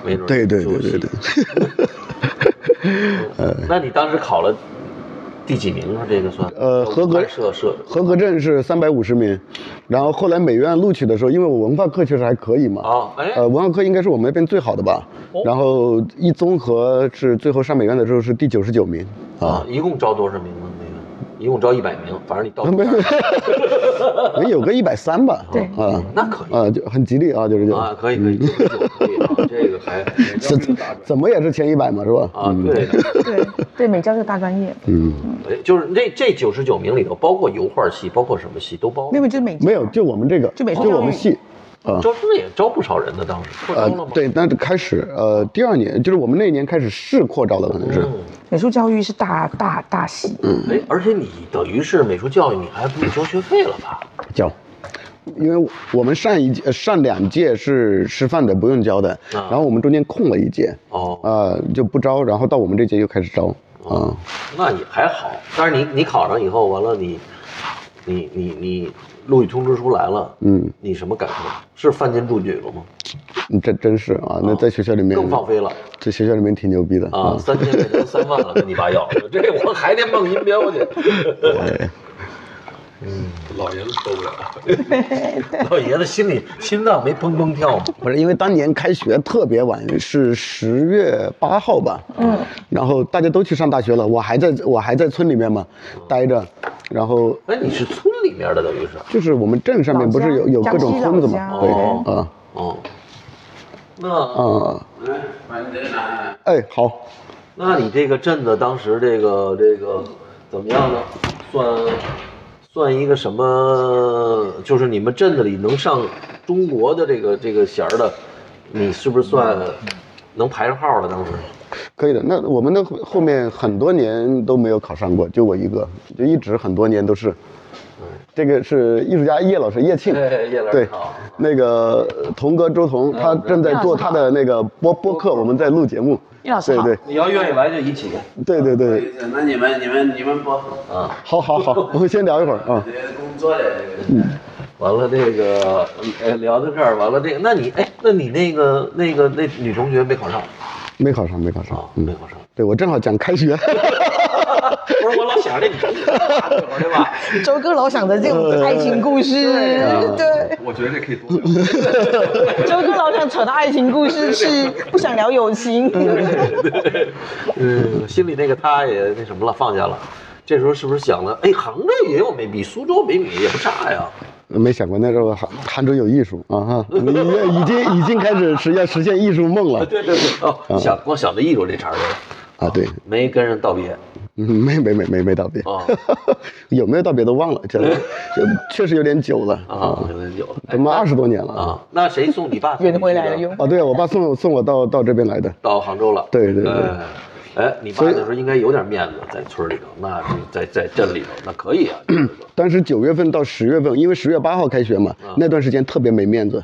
没准儿对对就对有戏对对。 [LAUGHS] 呃那你当时考了第几名啊？这个算呃合格社社合格证是三百五十名，然后后来美院录取的时候，因为我文化课确实还可以嘛，啊，哎，呃，文化课应该是我们那边最好的吧哦。然后一综合是最后上美院的时候是第九十九 [LAUGHS] 名啊啊，，一共招多少名啊？那个一共招一百名，反正你到没有，没有个一百三吧？对啊，那可以啊，就很吉利啊，就是这啊，可以可以，九十九可以啊，这个还怎怎么也是前一百嘛，是吧？啊，嗯对的。 [LAUGHS] 对对，美教是个大专业，嗯，哎，就是这这九十九名里头，包括油画系，包括什么系都包。没有就是美没有，就我们这个，就美术我们教育系啊。招生也招不少人呢，当时扩招呃了吗？，对，那就开始，呃，第二年就是我们那一年开始是扩招了，可能是，嗯。美术教育是大大大系，嗯哎，而且你等于是美术教育，你还不交学费了吧？交，因为我们上一届、呃上两届是师范的不用交的，啊然后我们中间空了一届，哦，呃，就不招，然后到我们这届又开始招，啊、那也还好。但是你你考上以后，完了你，你你你录取通知书来了，嗯，你什么感受？是犯贱住举了吗？嗯真真是啊，那在学校里面哦更放飞了在学校里面挺牛逼的啊！三千变成三万了，跟你爸 [LAUGHS] 要，这我还得梦银镖去。 [LAUGHS] 嗯老爷子受不了。 [LAUGHS] 老爷子心里心脏没砰砰跳吗？不是因为当年开学特别晚，是十月八号吧？嗯，然后大家都去上大学了，我还在我还在村里面嘛待着，然后哎，你是村里面的，等于是就是我们镇上面不是有有各种村子嘛？老对老家家啊哦。啊那啊！哎，好，那你这个镇子当时这个这个怎么样呢？算算一个什么？就是你们镇子里能上中国的这个这个弦儿的，你是不是算能排上号了？当 [LAUGHS] 时可以的。那我们的后后面很多年都没有考上过，就我一个，就一直很多年都是。这个是艺术家叶老师叶庆，哎叶老师对好，那个呃童哥周嗯彤，他正在做他的那个播播客，我们在录节目。叶老师好对你要愿意来就一起对对对对，那你们你们你们播，啊。好好好，我们先聊一会儿啊这。个工作的这个。完了这个，哎，聊到这儿，完了这个，那你哎，那你那个那个那女同学没考上没考上，没考上啊，？没嗯，考上。对我正好讲开学，不是我老想着你同学，对吧？周哥老想着这种爱情故事，对，我觉得这可以多 [LAUGHS] 聊。周哥老想扯到爱情故事去，不想聊友情。嗯，心里那个他也那什么了，放下了。这时候是不是想了？哎，杭州也有眉笔，苏州眉笔也不差呀。没想过那时候杭杭州有艺术啊哈， [LAUGHS] 你已经已经开始实要实现艺术梦了对对对，哦，想光想着艺术这茬儿了，啊！对， [LAUGHS] 没跟人道别。嗯没没没没没道别 [LAUGHS] 哦，有没有道别都忘了，这这确实有点久了啊啊，，可能有了他妈二十多年了啊！啊。那谁送你爸圆回来了又啊，对我爸送我送我到到这边来的，到杭州了？对对对哎哎，你爸那时候应该有点面子，在村里头，那是在在镇里头，那可以啊。这个当时九月份到十月份，因为十月八号开学嘛，那段时间特别没面子，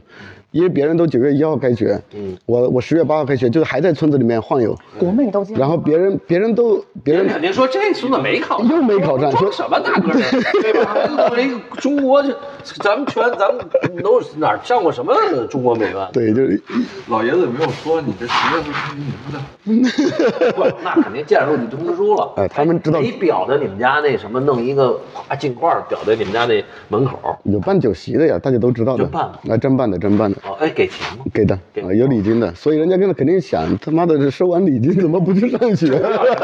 因为别人都九月一号开学，嗯我我十月八号开学，就是还在村子里面晃悠，国美都这样，然后别人别人都别人人肯定说这孙子没考上，又没考上装说什么大个儿啊，[LAUGHS] 对吧？这个中国这，咱们全咱们都哪儿上过什么中国美院？对，就是老爷子有没有说你这十月份你不能不是那肯定见着你通知书了。 [LAUGHS] 哎他们知道你表在你们家那什么，弄一个夸镜框儿裱在你们家那门口儿。有办酒席的呀，大家都知道的，真办吗啊，真办的，真办的。哦，哎，给钱吗？给的给啊，有礼金的，所以人家跟肯定想，他妈的这收完礼金怎么不去上学？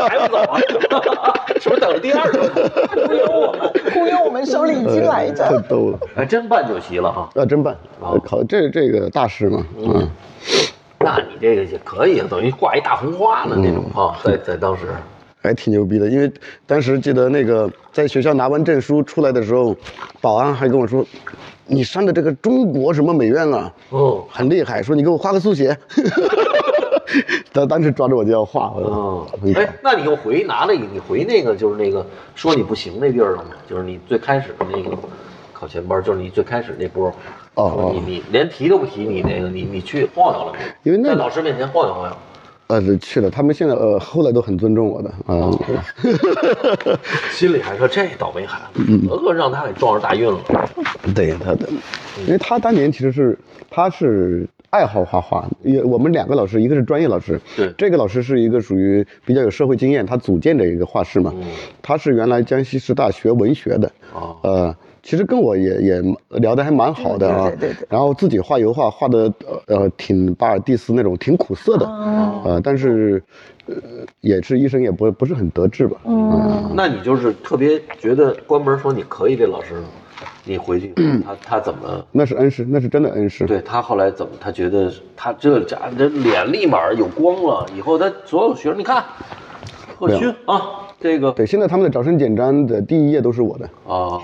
还不走啊？ [LAUGHS] 是不是等着第二个？忽悠我们！ [LAUGHS] 忽悠我们收礼金来 [LAUGHS] 太着。逗了哎，真办酒席了啊！啊，真办哦！嗯考这这个大师嘛，啊，那你这个也可以啊，等于挂一大红花呢那种嗯啊，在在当时。还挺牛逼的。因为当时记得那个在学校拿完证书出来的时候，保安还跟我说，你上的这个中国什么美院啊，哦，很厉害，说你给我画个速写。 [LAUGHS] 他当时抓着我就要画，哦我一，哎，那你又回拿了一，你回那个就是那个说你不行那地儿了吗？就是你最开始的那个考前班，就是你最开始那波，哦说你哦你连提都不提，你那个你你去晃悠了没有？因为那在老师面前晃悠晃悠，呃去了，他们现在呃后来都很尊重我的啊。哦心里还说这倒霉孩嗯子，得个让他给撞上大运了。 [LAUGHS] 对他的，因为他当年其实是他是爱好画画，也我们两个老师，一个是专业老师，对这个老师是一个属于比较有社会经验，他组建的一个画室嘛，嗯嗯他是原来江西师大学文学的，哦呃。其实跟我也也聊得还蛮好的啊，嗯对对对然后自己画油画，画的呃呃挺巴尔蒂斯那种，挺苦涩哦的，哦呃，但是呃也是一生也不不是很得志吧，哦嗯，那你就是特别觉得关门说你可以这老师，你回 [CLEARS THROAT] 去以后他他怎么？那是恩师，那是真的恩师，对他后来怎么？他觉得他这家伙这脸立马有光了，以后他所有学生，你看，贺军啊，这个对，现在他们的招生简章的第一页都是 [LAUGHS] 我的，啊，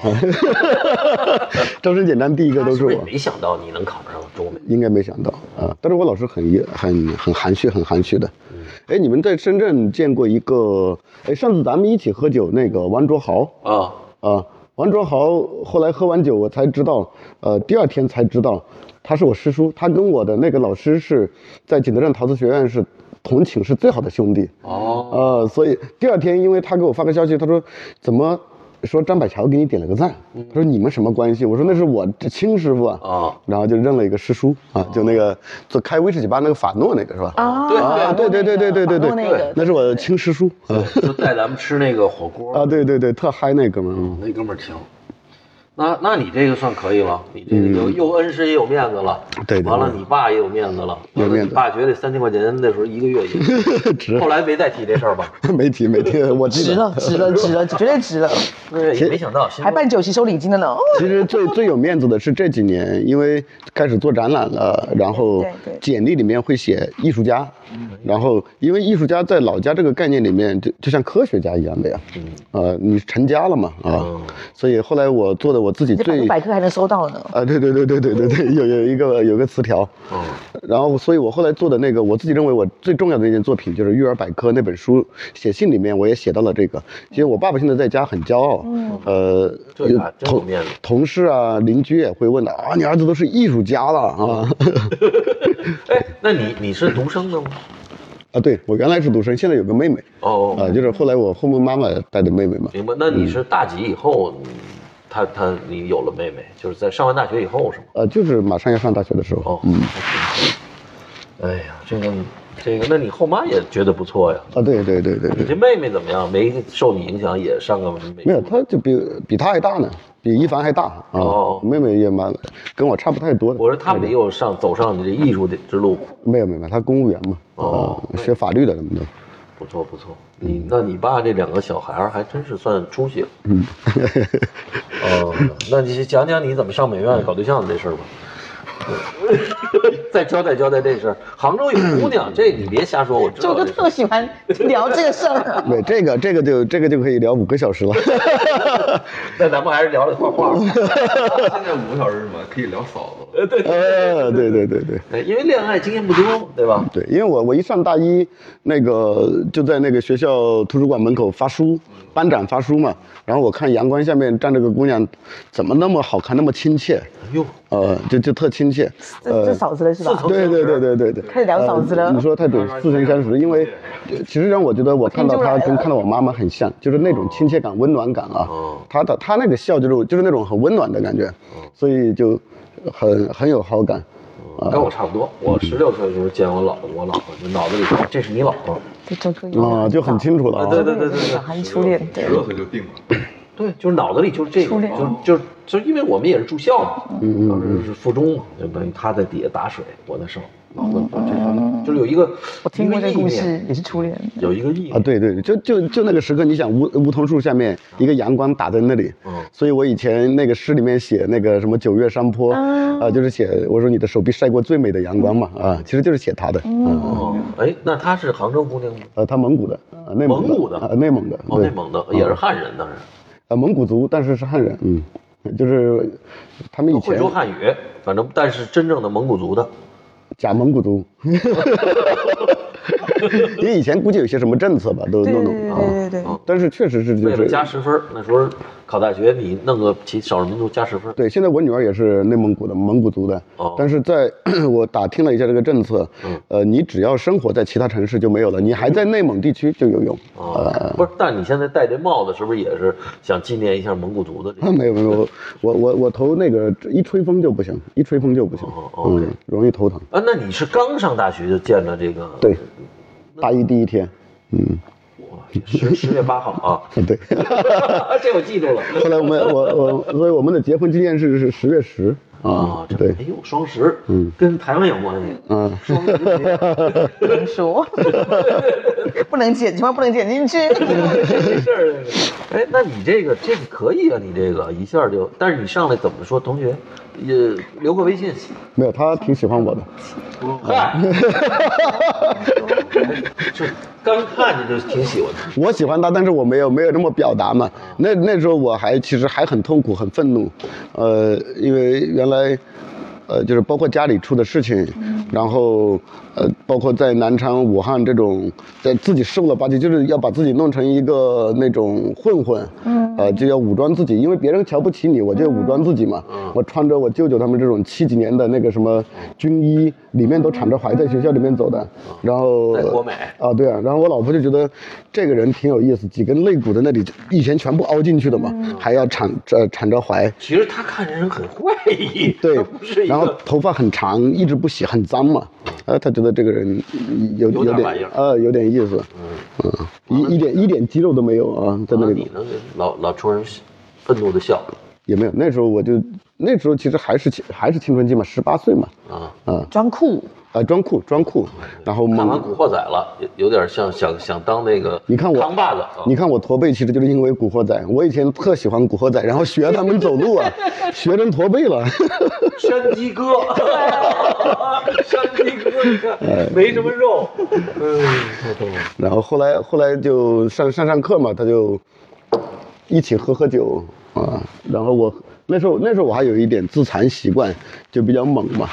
招生简章第一个他都是是不是也我，没想到你能考上中美？应该没想到啊。但是我老师很也很很含蓄，很含蓄的。嗯哎，你们在深圳见过一个？哎，上次咱们一起喝酒那个王卓豪啊？啊，王卓豪后来喝完酒我才知道，呃，第二天才知道他是我师叔，他跟我的那个老师是在景德镇陶瓷学院是同寝是最好的兄弟。哦，呃，所以第二天，因为他给我发个消息，他说怎么说张百桥给你点了个赞，他说你们什么关系？我说那是我这亲师傅啊，啊然后就认了一个师叔啊，就那个做开威士忌吧那个法诺那个是吧？啊，啊，对对对对对对法诺那个对，那是我的亲师叔啊就带咱们吃那个火锅啊，对对对，特嗨那哥们儿，嗯 [LAUGHS] 那哥们儿行。那那你这个算可以了，你这个有又恩师也有面子了，嗯对对完了对你爸也有面子了，有面子你爸觉得三千块钱那时候一个月也， [LAUGHS] 值后来没再提这事儿 [LAUGHS] 吧？没提没提，我记值得了，。值了，值了，绝对值了，对，也没想到，心中还办酒席收礼金的呢。哦 [LAUGHS] 其实最最有面子的是这几年，因为开始做展览了，然后对对简历里面会写艺术家，然后因为艺术家在老家这个概念里面，就就像科学家一样的呀，呃，你成家了嘛啊，所以后来我做的我自己这百最度百科还能收到呢。啊，对对对对对对对，有有一个有一个词条，嗯然后，所以我后来做的那个，我自己认为我最重要的一件作品就是《育儿百科》那本书，写信里面我也写到了这个。其实我爸爸现在在家很骄傲，嗯呃，这个还真有同面子同事啊、邻居也会问的啊，你儿子都是艺术家了啊 [LAUGHS] [LAUGHS] 哎，那你你是独生的吗？啊！对我原来是独生，现在有个妹妹啊、哦，就是后来我后面妈妈带的妹妹嘛。明白。那你是大几以后，你他他你有了妹妹，就是在上完大学以后是吗？呃，就是马上要上大学的时候，哦，嗯。哎呀，这个这个，那你后妈也觉得不错呀。啊，对对对对你对，这妹妹怎么样？没受你影响，也上个美没有，她就比比她还大呢，比一凡还大啊，哦妹妹也蛮跟我差不太多的。我说她没有上走上你这艺术的之路，没有没有，没有他公务员嘛，哦啊学法律的他们都，不错不错。你那你爸这两个小孩儿还真是算出息了。嗯，哦，那你讲讲你怎么上美院搞对象的这事儿吧。 [LAUGHS] 再交代交代这事儿，杭州有姑娘，这你别瞎说，我知周道哥这事儿。特喜欢聊这个事儿，对，这个这个就这个就可以聊五个小时了， [LAUGHS] 那咱们还是聊聊画画吧。现在五个小时是什么？可以聊嫂子了。呃，对对对对哎因为恋爱经验不多，对吧？对，因为我我一上大一，那个就在那个学校图书馆门口发书，班长发书嘛，然后我看阳光下面站着个姑娘，怎么那么好看，那么亲切，哟，呃，就就特亲切，这这嫂子了是吧？对对对对对对。开始聊嫂子了呃你。说太对，四乘三十，因为呃其实让我觉得我看到她跟看到我妈妈很像，就是那种亲切感、温暖感啊哦。她的她那个笑就是就是那种很温暖的感觉，哦所以就很很有好感。跟我差不多。我十六岁的时候见我老婆，我老婆就脑子里说这是你老婆。这周哥有啊，就很清楚了对啊。对对对对小，韩初恋，呃对十，六岁就定了，对，就是脑子里就是这初个，恋就就就因为我们也是住校嗯嘛，当时是附中嘛，就等于他在底下打水，我在上，脑嗯子就这方就是有一个我听过这一个个意故念，事，也是初恋。有一个意啊，念，对对，就就就那个时刻，你想梧梧桐树下面一个阳光打在那里，嗯所以我以前那个诗里面写那个什么九月山坡，啊啊，就是写我说你的手臂晒过最美的阳光嘛，啊，其实就是写他的，嗯，哦，哎，那她是杭州姑娘吗？呃，他蒙古的，呃内蒙蒙古的啊，内蒙的，哦，对内蒙的，也是汉人，当然呃，蒙古族，但是是汉人，嗯，就是他们以会前说汉语，反正但是真正的蒙古族的，假蒙 [LAUGHS] 古族，因为以前估计有些什么政策吧，都对弄对弄对啊，对对对，但是确实是就为了加是。十分儿，那时候考大学你弄个其少数民族加十分儿，对，现在我女儿也是内蒙古的，蒙古族的，哦嗯但是在 [CLEARS THROAT] 我打听了一下这个政策，呃，你只要生活在其他城市就没有了，你还在内蒙地区就有用， [LAUGHS] 呃啊，不是，但你现在戴这帽子是不是也是想纪念一下蒙古族的这啊，个？没有没有，我我我我头那个一吹风就不行，一吹风就不行，哦哦，OK 嗯，容易头疼。啊，那你是刚上大学就见了这个？对，大一第一天，嗯，哇，十十月八号 [LAUGHS] 啊，对。这我记住了。后来我们我我，所以我们的结婚纪念日是十月十啊啊，，这对哎，呦，双十，嗯，跟台湾有关系。嗯，不能说，不能剪，千万不能剪进去。没事儿，哎，那你这个这个可以啊，你这个一下就，但是你上来怎么说？同学，也留个微信。没有，他挺喜欢我的，嗯嗨， [LAUGHS] 就刚看着就挺喜欢的。 [LAUGHS] 我喜欢他，但是我没有没有那么表达嘛。那那时候我还其实还很痛苦，很愤怒，呃，因为原来呃，就是包括家里出的事情，然后呃，包括在南昌、武汉这种，在自己受了巴结，就是要把自己弄成一个那种混混，嗯，呃，就要武装自己，因为别人瞧不起你，我就武装自己嘛。我穿着我舅舅他们这种七几年的那个什么军衣，里面都敞着怀，在学校里面走的，然后在国美啊，对啊，然后我老婆就觉得这个人挺有意思，几根肋骨在那里以前全部凹进去的嘛，还要敞着敞着怀，其实他看人很怪异，对他不是，一然后个头发很长，一直不洗，很脏嘛。呃，他觉得这个人嗯有有点点玩意儿呃有点意思，嗯，一一点一点肌肉都没有啊，在那那里你呢？老老冲人愤怒的笑也没有。那时候我就那时候其实还是青还是青春期嘛，十八岁嘛，啊！装酷，啊装酷装酷，然后哎看完猛《古惑仔》了，有有点像想想当那个你看我扛把子啊，你看我驼背，其实就是因为《古惑仔》，我以前特喜欢《古惑仔》，然后学他们走路啊，学成驼背了。山鸡 [LAUGHS] 哥，山鸡哥，你哎看没什么肉，然后后来后来就上上上课嘛，他就一起喝喝酒啊。然后我那时候那时候我还有一点自残习惯，就比较猛嘛，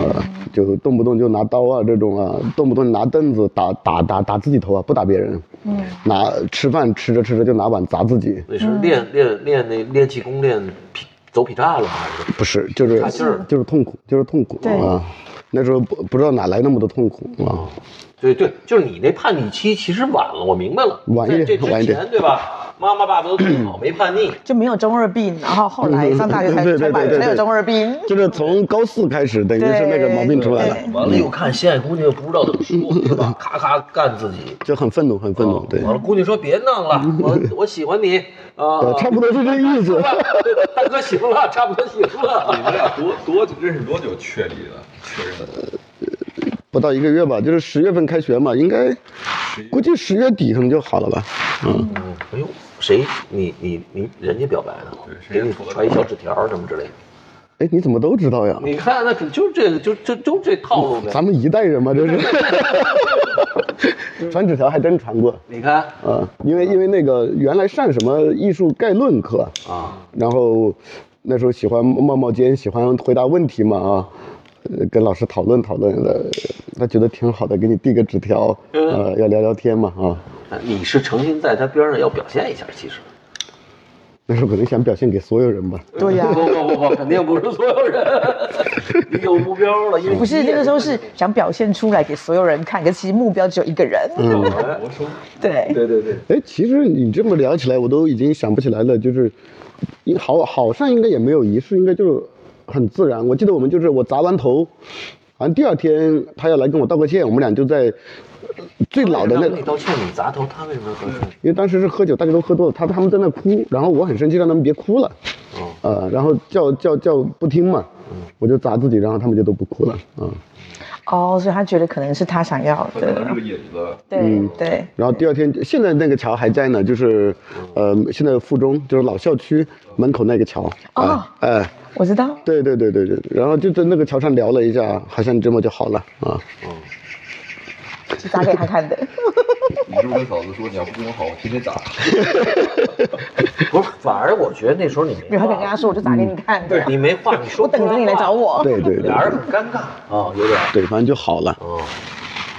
啊，就动不动就拿刀啊这种啊，动不动拿凳子打打打打自己头啊，不打别人。嗯，拿吃饭吃着吃着就拿碗砸自己，那是练练练那练气功练劈走劈叉了吗还是？不是就是打气儿就是痛苦就是痛苦对啊。那时候不不知道哪来那么多痛苦啊，对对，就是你那叛逆期其实晚了，我明白了，晚一点在这晚之一点前对吧？妈妈爸爸 [CLEARS THROAT] 都挺好，没叛逆。就没有中二病，然后后来上大学才对对才对买对才有对中二病。就是从高四开始，等于是那个毛病出来了对。完了又看心爱姑娘又不知道怎么说，对吧？咔咔干自己。啊就很愤怒，很愤怒，对，完了，姑娘说别弄 [LAUGHS] 了，我我喜欢你啊呃，，差不多是这意思。多，大哥行了，差不多行你们了。俩多多认识多久确立的？确认的？不到一个月吧，就是十月份开学嘛，应该估计十月底可能就好了吧。嗯，嗯哎呦，谁你你你人家表白的对，谁给你传一小纸条儿什么之类的。哎，你怎么都知道呀？你看，那可就这个，就就就这套路呗。咱们一代人嘛，这是。 [LAUGHS] 传纸条还真传过，你看啊，因为因为那个原来上什么艺术概论课，啊，然后那时候喜欢冒冒尖，喜欢回答问题嘛啊，呃跟老师讨论讨论的，他觉得挺好的，给你递个纸条，呃，要聊聊天嘛啊。你是诚心在他边儿上要表现一下，其实。那时候可能想表现给所有人吧。对呀、不不不不，肯定不是所有 [LAUGHS] 人，你有目标了，因为不是你也那个时候是想表现出来给所有人看，可是其实目标只有一个人。我说对，对对对，哎，其实你这么聊起来，我都已经想不起来了。就是，因好好像应该也没有仪式，应该就是很自然。我记得我们就是我砸完头，好像第二天他要来跟我道个歉，我们俩就在呃最老的那个你，道歉，你砸头，他为什么要道歉？因为当时是喝酒，大家都喝多了，他他们在那哭，然后我很生气，让他们别哭了，呃，然后叫叫叫不听嘛，我就砸自己，然后他们就都不哭了，啊、哦，所以他觉得可能是他想要他可能是的个。引子。对、对，然后第二天，现在那个桥还在呢，就是，呃，现在附中就是老校区门口那个桥啊，哎、我知道。对对对对对，然后就在那个桥上聊了一下，好像这么就好了啊。是打给他看的。你是不是跟嫂子说你要不跟我好，我天天打？不是，反而我觉得那时候你没然后他跟话他，说，我就打给你看的。嗯你没话，你说我等着你来找，我。对对对俩人很尴尬啊，有点，对，反正就好了。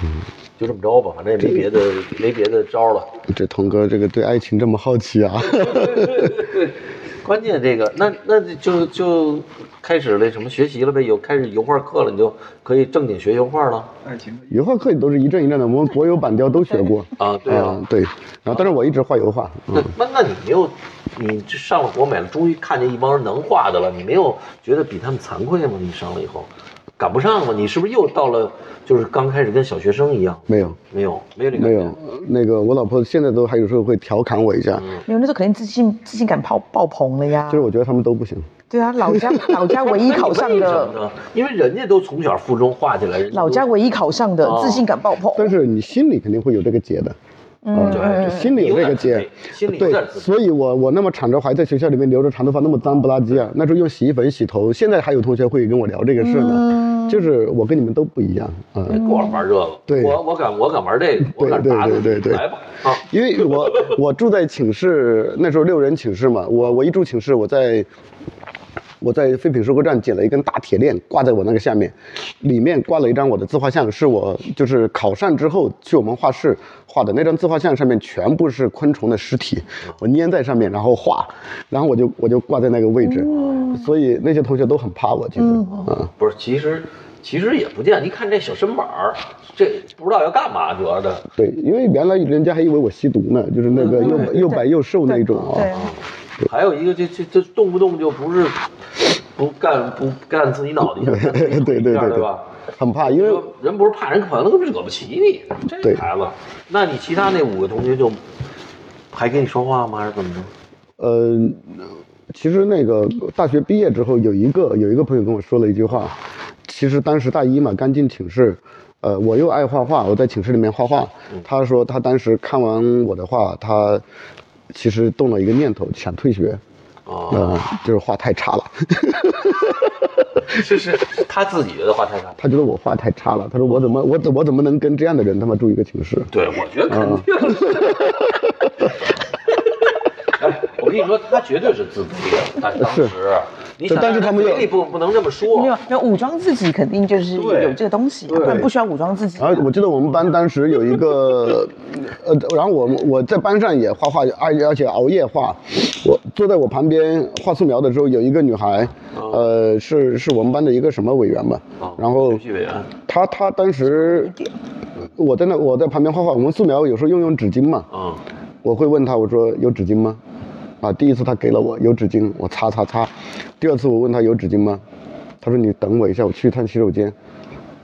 嗯，就这么着吧，反正也没别的，没别的招了。这童哥这个对爱情这么好奇啊， [LAUGHS] 关键这个，那那就就开始那什么学习了呗，有开始油画课了，你就可以正经学油画了爱情的油画课也都是一阵一阵的，我们国有板雕都学过。啊，对啊。对。然后，但是我一直画油画，嗯那那那你没有，你这上了国美了，终于看见一帮人能画的了，你没有觉得比他们惭愧吗？你上了以后，赶不上了，你是不是又到了就是刚开始跟小学生一样？没有没有，没有这个没有。呃那个我老婆现在都还有时候会调侃我一下，嗯没有，那时候肯定自信自信感爆爆棚了呀就。是我觉得他们都不行。对啊，老家老家唯一考上为什么 [LAUGHS] 的，呢？因为人家都从小附中画起来，人都老家唯一考上的哦自信感爆棚。但是你心里肯定会有这个结的，嗯，对心里有这个有结点自卑，心里有对点，自卑所以我我那么敞着怀在学校里面留着长头发，那么脏不拉几啊，那时候用洗衣粉洗头，现在还有同学会跟我聊这个事嗯呢，就是我跟你们都不一样啊。别跟我玩这个，对我我敢我敢玩这个，我敢对打死对对对来吧啊！因为 [LAUGHS] 我我住在寝室，那时候六人寝室嘛，我我一住寝室，我在我在废品收购站捡了一根大铁链，挂在我那个下面，里面挂了一张我的自画像，是我就是考上之后去我们画室画的那张自画像，上面全部是昆虫的尸体，我粘在上面，然后画，然后我就我就挂在那个嗯位置，哦所以那些同学都很怕我，其实啊，不是，其实其实也不见，你看这小身板儿，这不知道要干嘛，主要的。对，因为原来人家还以为我吸毒呢，就是那个又又白又瘦那种啊。嗯对，还有一个，这这这动不动就不是不干不干自己脑袋一下，干自己 [LAUGHS] 腿对对一下对对吧？很怕，因为人不是怕人，可能惹不起你这对孩子。那你其他那五个同学就还跟你说话吗？还是怎么着？呃，其实那个大学毕业之后，有一个有一个朋友跟我说了一句话，其实当时大一嘛，刚进寝室，呃，我又爱画画，我在寝室里面画画。他说他当时看完我的画，他其实动了一个念头，想退学，哦， [LAUGHS] 呃，就是画太差了。 [LAUGHS] 是是，他自己觉得话太大。他觉得我画太差了，他说我怎么我怎我怎么能跟这样的人他妈住一个寝室？对，我觉得嗯肯定 [LAUGHS] 是。哎，我跟你说，他绝对是自卑的。当当时啊是，你想，但是他们又嘴里不不能这么说。没有没有武装自己，肯定就是对有这个东西，不然不需要武装自己。啊然后我记得我们班当时有一个，呃，然后我我在班上也画画，而而且熬夜画。我坐在我旁边画素描的时候，有一个女孩，啊呃，是是我们班的一个什么委员吧哦，然后学习委员她她当时我在那我在旁边画画，我们素描有时候用用纸巾嘛，嗯，我会问他，我说有纸巾吗？啊，第一次他给了我有纸巾，我擦擦擦。第二次我问他有纸巾吗？他说你等我一下，我去一趟洗手间。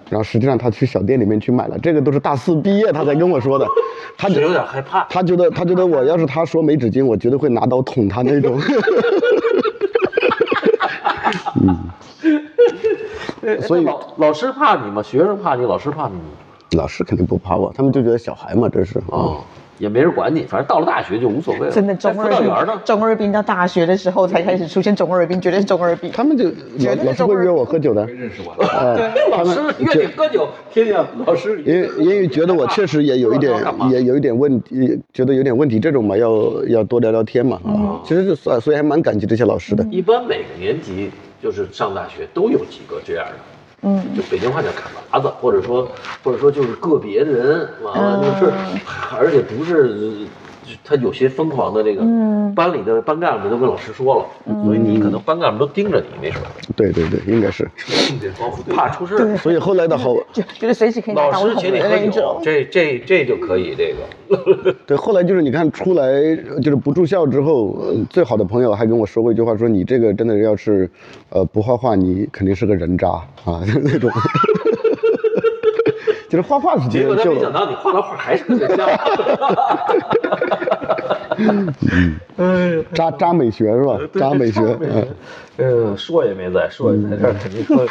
然后实际上他去小店里面去买了，这个都是大四毕业他才跟我说的。他是有点害怕。他觉得他觉得我要是他说没纸巾，我绝对会拿刀捅他那种。 [LAUGHS] 哎所以那老老师怕你吗？学生怕你，老师怕你吗？老师肯定不怕我，他们就觉得小孩嘛，这是啊。哦，也没人管你，反正到了大学就无所谓了。真的那中辅二导病员呢，？中二病到大学的时候才开始出现中二病，绝对是中二病。他们就老觉得老师会约我喝酒的，认识我了。啊，老他们师约你喝酒，天天老师因为因为觉得我确实也有一 [LAUGHS] 点干嘛也有一点问题，觉得有点问题这种嘛，要要多聊聊天嘛。嗯啊，其实就算，所以还蛮感激这些老师的。一般每个年级就是上大学都有几个这样的。嗯，就北京话叫砍麻子，或者说，或者说就是个别的人，完了就是，嗯而且不是，他有些疯狂的这个，嗯班里的班干部都跟老师说了，所以你可能班干部都盯着你，没准儿对对对，应该 [LAUGHS] 是。怕出事儿。所以后来的好，就觉得随时可以拿老刀师捅请你的喝那一酒种，。这这这就可以，这个对后来就是你看出来就是不住校之后，呃最好的朋友还跟我说过一句话，说你这个真的要是，呃，不画画你肯定是个人渣啊， [LAUGHS] 就是那种。就是画画是结别果人他救没想了，到你画的画还是跟人家， [LAUGHS] 渣渣美学是吧？渣美学，嗯。嗯，硕也没在，硕也在这儿，肯定说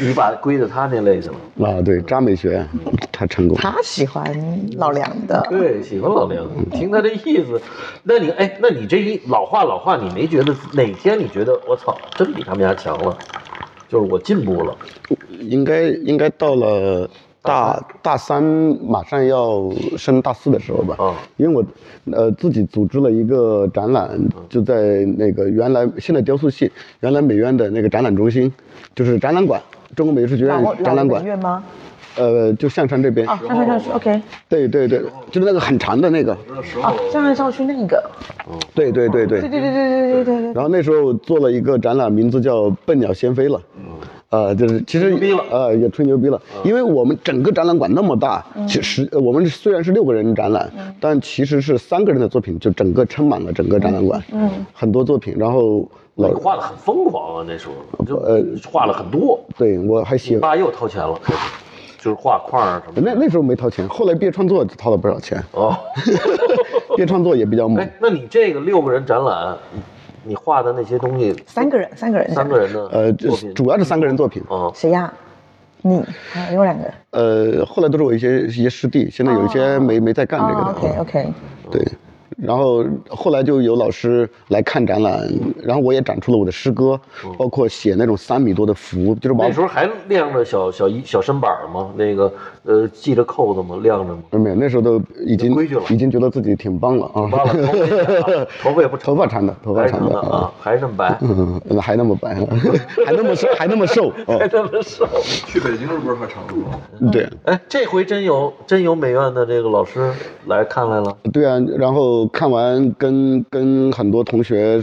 你把它归到他那类去了。啊，对，渣美学，他成功。他喜欢老梁 [LAUGHS] 的，对，喜欢老梁。嗯听他这意思，那你哎，那你这一老话老话，你没觉得哪天你觉得我操，真比他们家强了，就是我进步了。应该应该到了大大三，嗯马上要升大四的时候吧。啊因为我呃自己组织了一个展览，就在那个原来现在雕塑系原来美院的那个展览中心，就是展览馆，中国美术学老院老展览本馆，院吗？呃，就象山这边。啊，上上上去，OK，对对对，就是那个很长的那个。啊，上上上去那个，对对对对对。对对对对对对对，然后那时候做了一个展览，名字叫《笨鸟先飞了》，呃，就是其实逼了嗯呃，也吹牛逼了，因为我们整个展览馆那么大，其实呃我们虽然是六个人展览，但其实是三个人的作品就整个撑满了整个展览馆，嗯，很多作品，然后你老画的很疯狂啊，那时候就呃画了很多。对我还写你，爸又掏钱了，开始就是画框啊什么那的。那时候没掏钱，后来毕业创作掏了不 [LAUGHS] 少钱，哦，毕业创作也比较猛哎，，那你这个六个人展览，你你画的那些东西，三个人，三个人，三个人的呃，就作是品，主要是三个人作品，啊，谁呀？你，还有另外两个，嗯呃，后来都是我一些一些师弟，现在有一些没没在干这个的啊啊。 ，OK OK，对，然后后来就有老师来看展览，然后我也展出了我的诗歌，嗯包括写那种三米多的符，就是把那时候还练着小小一小身板吗？那个呃系着扣子吗？晾着吗？没有，那时候都已经规矩了已经觉得自己挺棒了啊，忘了头发也染 [LAUGHS] 了，头发也不长，头发长的，头发还是长长的的啊，，还是那么白，嗯， [LAUGHS] 还那么白，还那么瘦，还那么瘦，[LAUGHS] 哦还，那么瘦。去北京是不是还长住了？对。哎，这回真有真有美院的这个老师来看来了，对啊，然后看完跟跟很多同学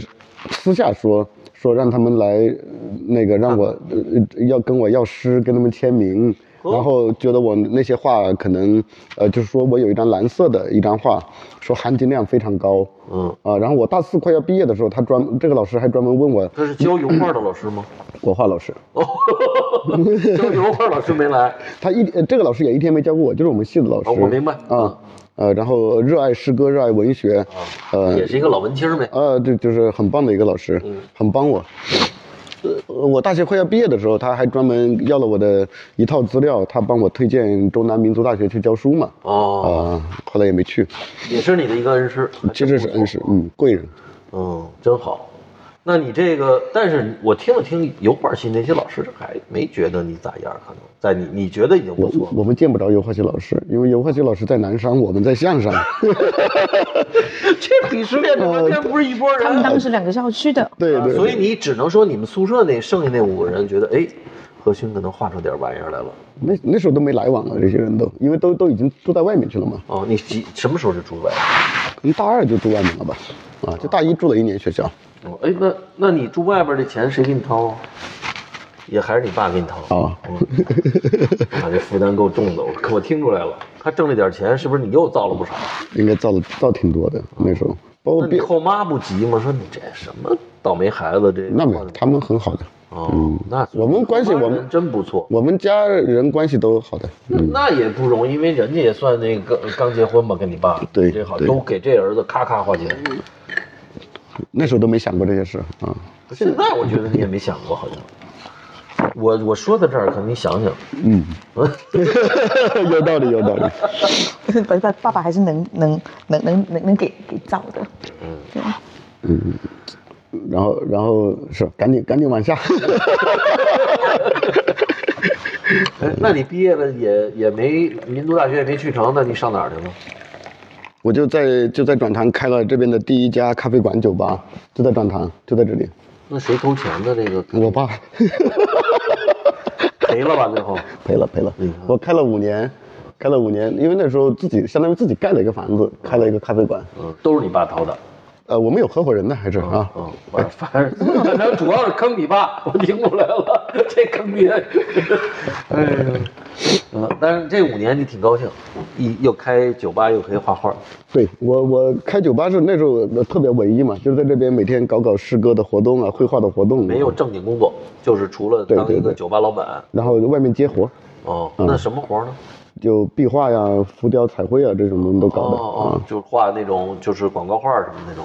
私下说说让他们来，呃那个让我、呃、要跟我要诗，跟他们签名，啊哦然后觉得我那些画可能呃就是说我有一张蓝色的一张画，说含金量非常高嗯，啊、然后我大四快要毕业的时候，他专这个老师还专门问我他是教油画的老师吗？ [LAUGHS] 国画老师，哦，教油画老师没来，他一呃这个老师也一天没教过我，就是我们系的老师。哦我明白啊，呃，然后热爱诗歌，热爱文学，呃，啊也是一个老文青呗。呃，对，就是很棒的一个老师，嗯很帮我。呃，我大学快要毕业的时候，他还专门要了我的一套资料，他帮我推荐中南民族大学去教书嘛。啊、哦，后来也没去，也是你的一个恩师，还其真实是不错恩师，嗯，贵人。嗯，真好。那你这个，但是我听了听油画系那些老师，还没觉得你咋样，可能在你你觉得已经不我错了。我们见不着油画系老师，因为油画系老师在南山，我们在象 [LAUGHS] 山。 [LAUGHS] 这鄙视链他妈这不是一拨他们人，啊当时两个校区的，对对所以你只能说你们宿舍那剩下那五个人觉得，哎，何勋可能画出点玩意儿来了。那那时候都没来往了，这些人都因为都都已经住在外面去了嘛，哦，你几什么时候就住外？可能大二就住外面了吧，啊，就大一住了一年学校哦，哎，那那你住外边的钱谁给你掏啊？也还是你爸给你掏啊？啊，啊，这负担够重的，我我听出来了。他挣了点钱，是不是你又造了不少？应该造了造挺多的那时候，包括那你别后妈不急吗？说你这什么倒霉孩子，这那没有，他们很好的。哦，那我们关系后妈我们人真不错。我们家人关系都好的，那那也不容易，因为人家也算那个刚刚结婚吧，跟你爸对这好对都给这儿子咔咔花钱。那时候都没想过这些事啊。 [LAUGHS] 现在我觉得你也没想过，好像。我我说到这儿，可能你想想，嗯，有道理，有道 [LAUGHS] 理。爸爸爸爸还是能能能能能能给给造的。然后，然后是赶紧赶紧往下。 [LAUGHS] [LAUGHS] 哎，那你毕业了也也没民族大学也没去成，那你上哪儿去了？我就在就在转塘开了这边的第一家咖啡馆酒吧，就在转塘，就在这里。那谁投钱的这个我爸 [LAUGHS] 赔了吧？最后，赔了赔了，嗯我开了五年，开了五年，因为那时候自己相当于自己盖了一个房子，开了一个咖啡馆。嗯，都是你爸掏的。呃，我们有合伙人呢，还是啊？嗯，反反正反正主要是坑你爸，我听出来了，这坑爹。哎呀，嗯，但是这五年你挺高兴，一又开酒吧又可以画画。对我，我开酒吧是那时候呃特别文艺嘛，就是在这边每天搞搞诗歌的活动啊，绘画的活动，没有。正经工作，就是除了当一对对个对嗯酒吧老板。然后外面接活，哦，那什么活呢？就壁画呀、浮雕、彩绘啊这种东西都哦搞的、哦啊。，就是画那种就是广告画什么那种。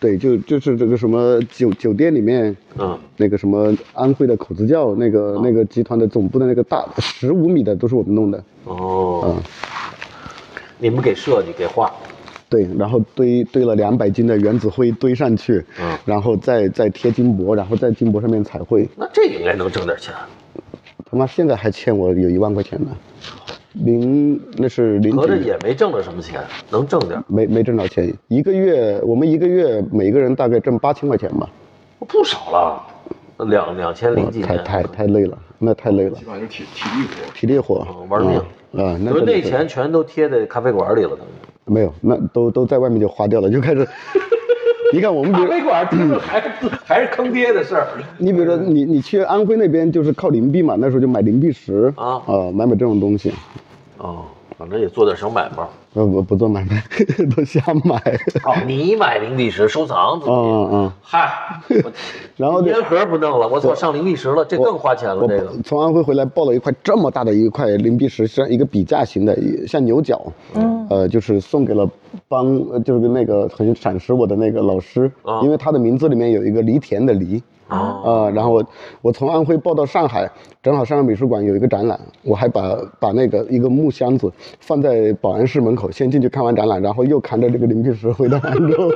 对，就就是这个什么酒酒店里面，嗯，那个什么安徽的口子窖那哦个、那个集团的总部的那个大十五米的都是我们弄的。哦，嗯你们给设计给画，对，然后堆堆了两百斤的原子灰堆上去，嗯然后再再贴金箔，然后在金箔上面彩绘。那这应该能挣点钱。他妈现在还欠我有一万块钱呢，零那是零合几着年也没挣着什么钱，能挣点儿，没没挣着钱，一个月我们一个月每个人大概挣八千块钱吧，不少了，两两千零几啊太年。太太累了，那太累了基，本上就是体体力活。体力活哦，玩命啊、啊那就是真的那是钱全都贴在咖啡馆里了，等于。没有，那都都在外面就花掉了，[LAUGHS] 就开始，你看我们比如馆听着还是还是坑爹的事儿。你比如说你你去安徽那边就是靠灵璧嘛，那时候就买灵璧石啊买买这种东西，哦，反正也做点小买卖。呃不不做买卖， [LAUGHS] 都瞎买，哦，你买灵璧石收藏自啊己。啊、啊嗨，我然后就烟盒不弄了，我操，上灵璧石了，这更花钱了。我这个从安徽回来抱了一块这么大的一块灵璧石，像一个笔架形的，一像牛角，嗯，呃，就是送给了帮，呃就是跟那个很赏识我的那个老师，啊因为他的名字里面有一个犁田的犁。哦，啊、然后我我从安徽报到上海，正好上海美术馆有一个展览，我还把把那个一个木箱子放在保安室门口，先进去看完展览，然后又扛着这个灵璧石回到杭州。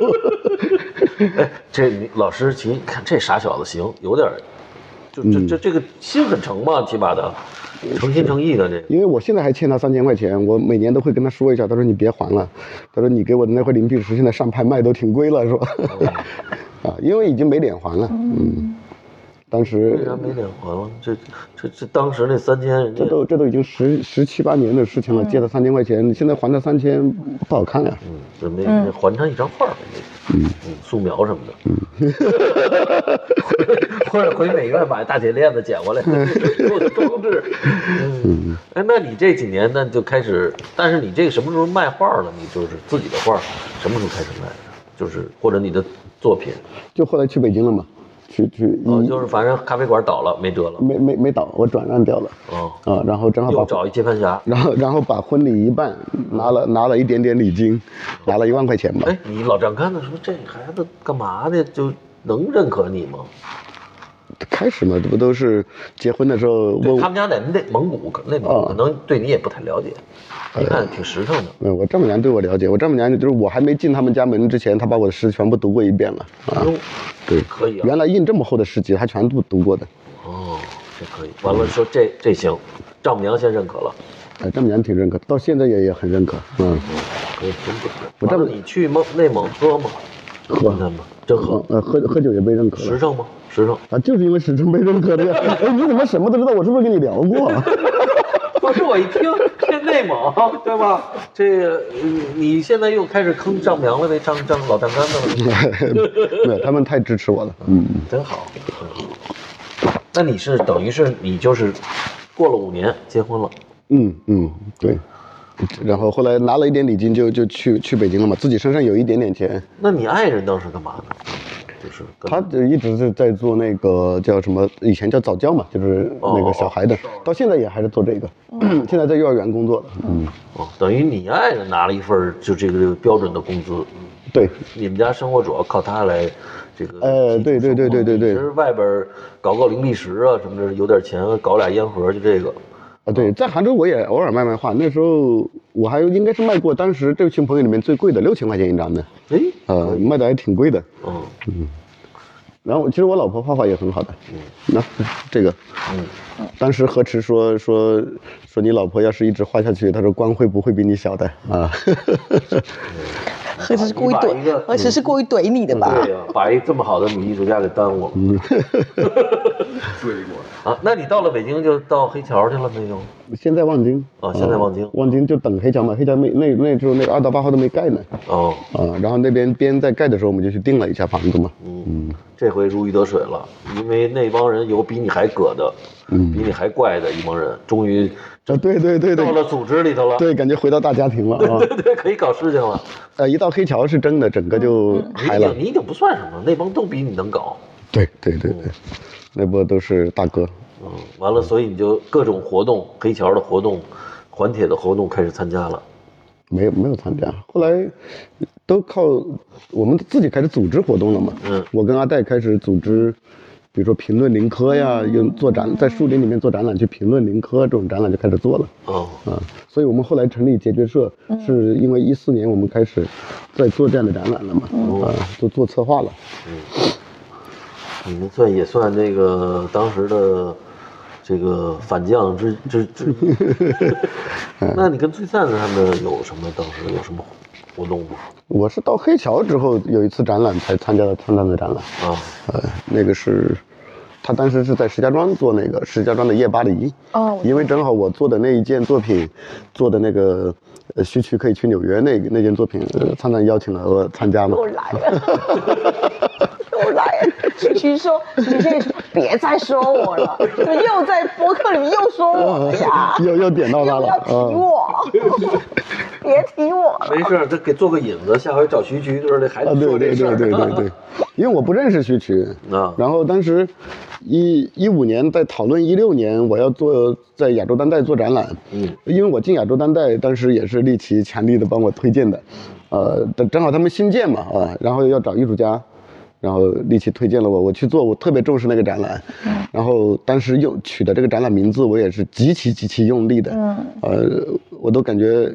[LAUGHS] 哎，这你老师，嗯其实你看这傻小子行，有点儿，就这这这个心很诚嘛，起码的。诚心诚意的这个。因为我现在还欠他三千块钱，我每年都会跟他说一下，他说你别还了，他说你给我的那块零币池现在上拍卖都挺贵了，是吧？ [LAUGHS] 啊，因为已经没脸还了，嗯，当时为啥没脸还了？这这这当时那三千，人家这都这都已经十十七八年的事情了，借他三千块钱，现在还他三千不好看呀、嗯，准备还他一张画呗，那个嗯，素描什么的，嗯， [LAUGHS] 或者回美院把大铁链子捡过来 [LAUGHS] 做装置，嗯，哎，那你这几年那就开始，但是你这个什么时候卖画了？你就是自己的画，什么时候开始卖的？就是或者你的作品，就后来去北京了嘛，去去，哦，就是反正咖啡馆倒了，没辙了，没没没倒，我转让掉了，哦，啊，然后正好又把。找一接盘侠。然后，然后把婚礼一办，拿了拿了一点点礼金，拿了一万块钱吧。哎，你老张看的时候，这孩子干嘛呢？就能认可你吗？开始嘛，这不都是结婚的时候问对我他们家在内蒙古，内蒙古啊哎可能对你也不太了解，一看挺实诚的。嗯，我丈母娘对我了解，我丈母娘就是我还没进他们家门之前，她把我的诗全部读过一遍了啊。哟，对，可以啊原来印这么厚的诗集，她全部读过的。哦，这可以。完了说这这行，丈母娘先认可了，哎，丈母娘挺认可，到现在也也很认可。嗯，可以，哎真不错。我丈母完了你去蒙内蒙喝吗？喝他吗？真喝嗯，？呃，喝喝酒也被认可实了诚吗？实诚。啊，就是因为史称被认可的 [LAUGHS] 呀。哎，你怎么什么都知道？我是不是跟你聊过？啊不是 [LAUGHS] 我一听这内蒙， [LAUGHS] 对吧？这个嗯你现在又开始坑丈母娘了呗？丈丈老丈干子 [LAUGHS] 了，没有，他们太支持我了。嗯，真好，真好。那你是等于是你就是过了五年结婚了。嗯嗯，对。然后后来拿了一点礼金就，就去去北京了嘛，自己身上有一点点钱。那你爱人当时干嘛呢？就是跟他就一直是在做那个叫什么，以前叫早教嘛，就是那个小孩的，到现在也还是做这个， [CLEARS THROAT] 现在在幼儿园工作的。嗯，哦，等于你爱人拿了一份儿就这个这个标准的工资，对，你们家生活主要靠他来这个。呃对对对对对对其实外边儿搞搞零币石啊什么的，有点钱搞俩烟盒就这个。啊对，在杭州我也偶尔卖卖画，那时候我还应该是卖过当时这群朋友里面最贵的六千块钱一张的，哎，呃，卖的还挺贵的。嗯，然后其实我老婆画画也很好的，那、这个，嗯当时何池说说说你老婆要是一直画下去，他说光会不会比你小的啊？ [LAUGHS] 何止是故意啊你把一个嗯怼，何止是故意怼你的吧？对呀、把一这么好的女艺术家给耽误了。嗯追过来。啊，那你到了北京就到黑桥去了没有？现在望京啊现在望京啊望京就等黑桥嘛，黑桥没那那时候那个二到八号都没盖呢，哦，啊，然后那边边在盖的时候，我们就去订了一下房子嘛，嗯，这回如鱼得水了，因为那帮人有比你还葛的，比你还怪的一帮人，终于啊，对对嗯对到对，了组织里头了。对，感觉回到大家庭了 [LAUGHS] 啊，对对，可以搞事情了。呃，一到黑桥是真的，整个就你嗨已了经，你已经不算什么，那帮都比你能搞。对对对对，那波都是大哥，嗯，完了，所以你就各种活动，黑桥的活动、环铁的活动开始参加了。没有没有参加，后来都靠我们自己开始组织活动了嘛。嗯我跟阿戴开始组织，比如说评论林科呀，用做展在树林里面做展览，去评论林科这种展览就开始做了哦，啊。所以我们后来成立解决社，是因为一四年我们开始在做这样的展览了嘛，啊，就做策划了。你们算也算那个当时的这个反将之之 [LAUGHS] 之 [LAUGHS] 一。那你跟崔灿他们有什么当时有什么活动吗？我是到黑桥之后有一次展览才参加了参加的展览，啊，呃，那个是，他当时是在石家庄做那个石家庄的夜巴黎。哦我知道因为正好我做的那一件作品，做的那个呃序曲可以去纽约那那件作品，呃，灿灿邀请了我参加嘛。又来了， [LAUGHS] 又来了。曲奇说：“你现在说别再说我了，怎么又在博客里面又说我了呀？又又点到他 [LAUGHS] 又了嗯要提我， [LAUGHS] 别提我了。 [LAUGHS] 没事儿，这给做个引子，下回找徐局的时候，这孩啊，子对说这对事儿。对对 [LAUGHS] 对对， [LAUGHS] 因为我不认识徐渠啊然后当时一一五年在讨论一六年我要做在亚洲当代做展览，嗯，因为我进亚洲当代当时也是丽奇强力的帮我推荐的，呃，正正好他们新建嘛啊，然后要找艺术家。然后丽奇推荐了我，我去做，我特别重视那个展览。然后当时用取的这个展览名字，我也是极其极其用力的。嗯呃，我都感觉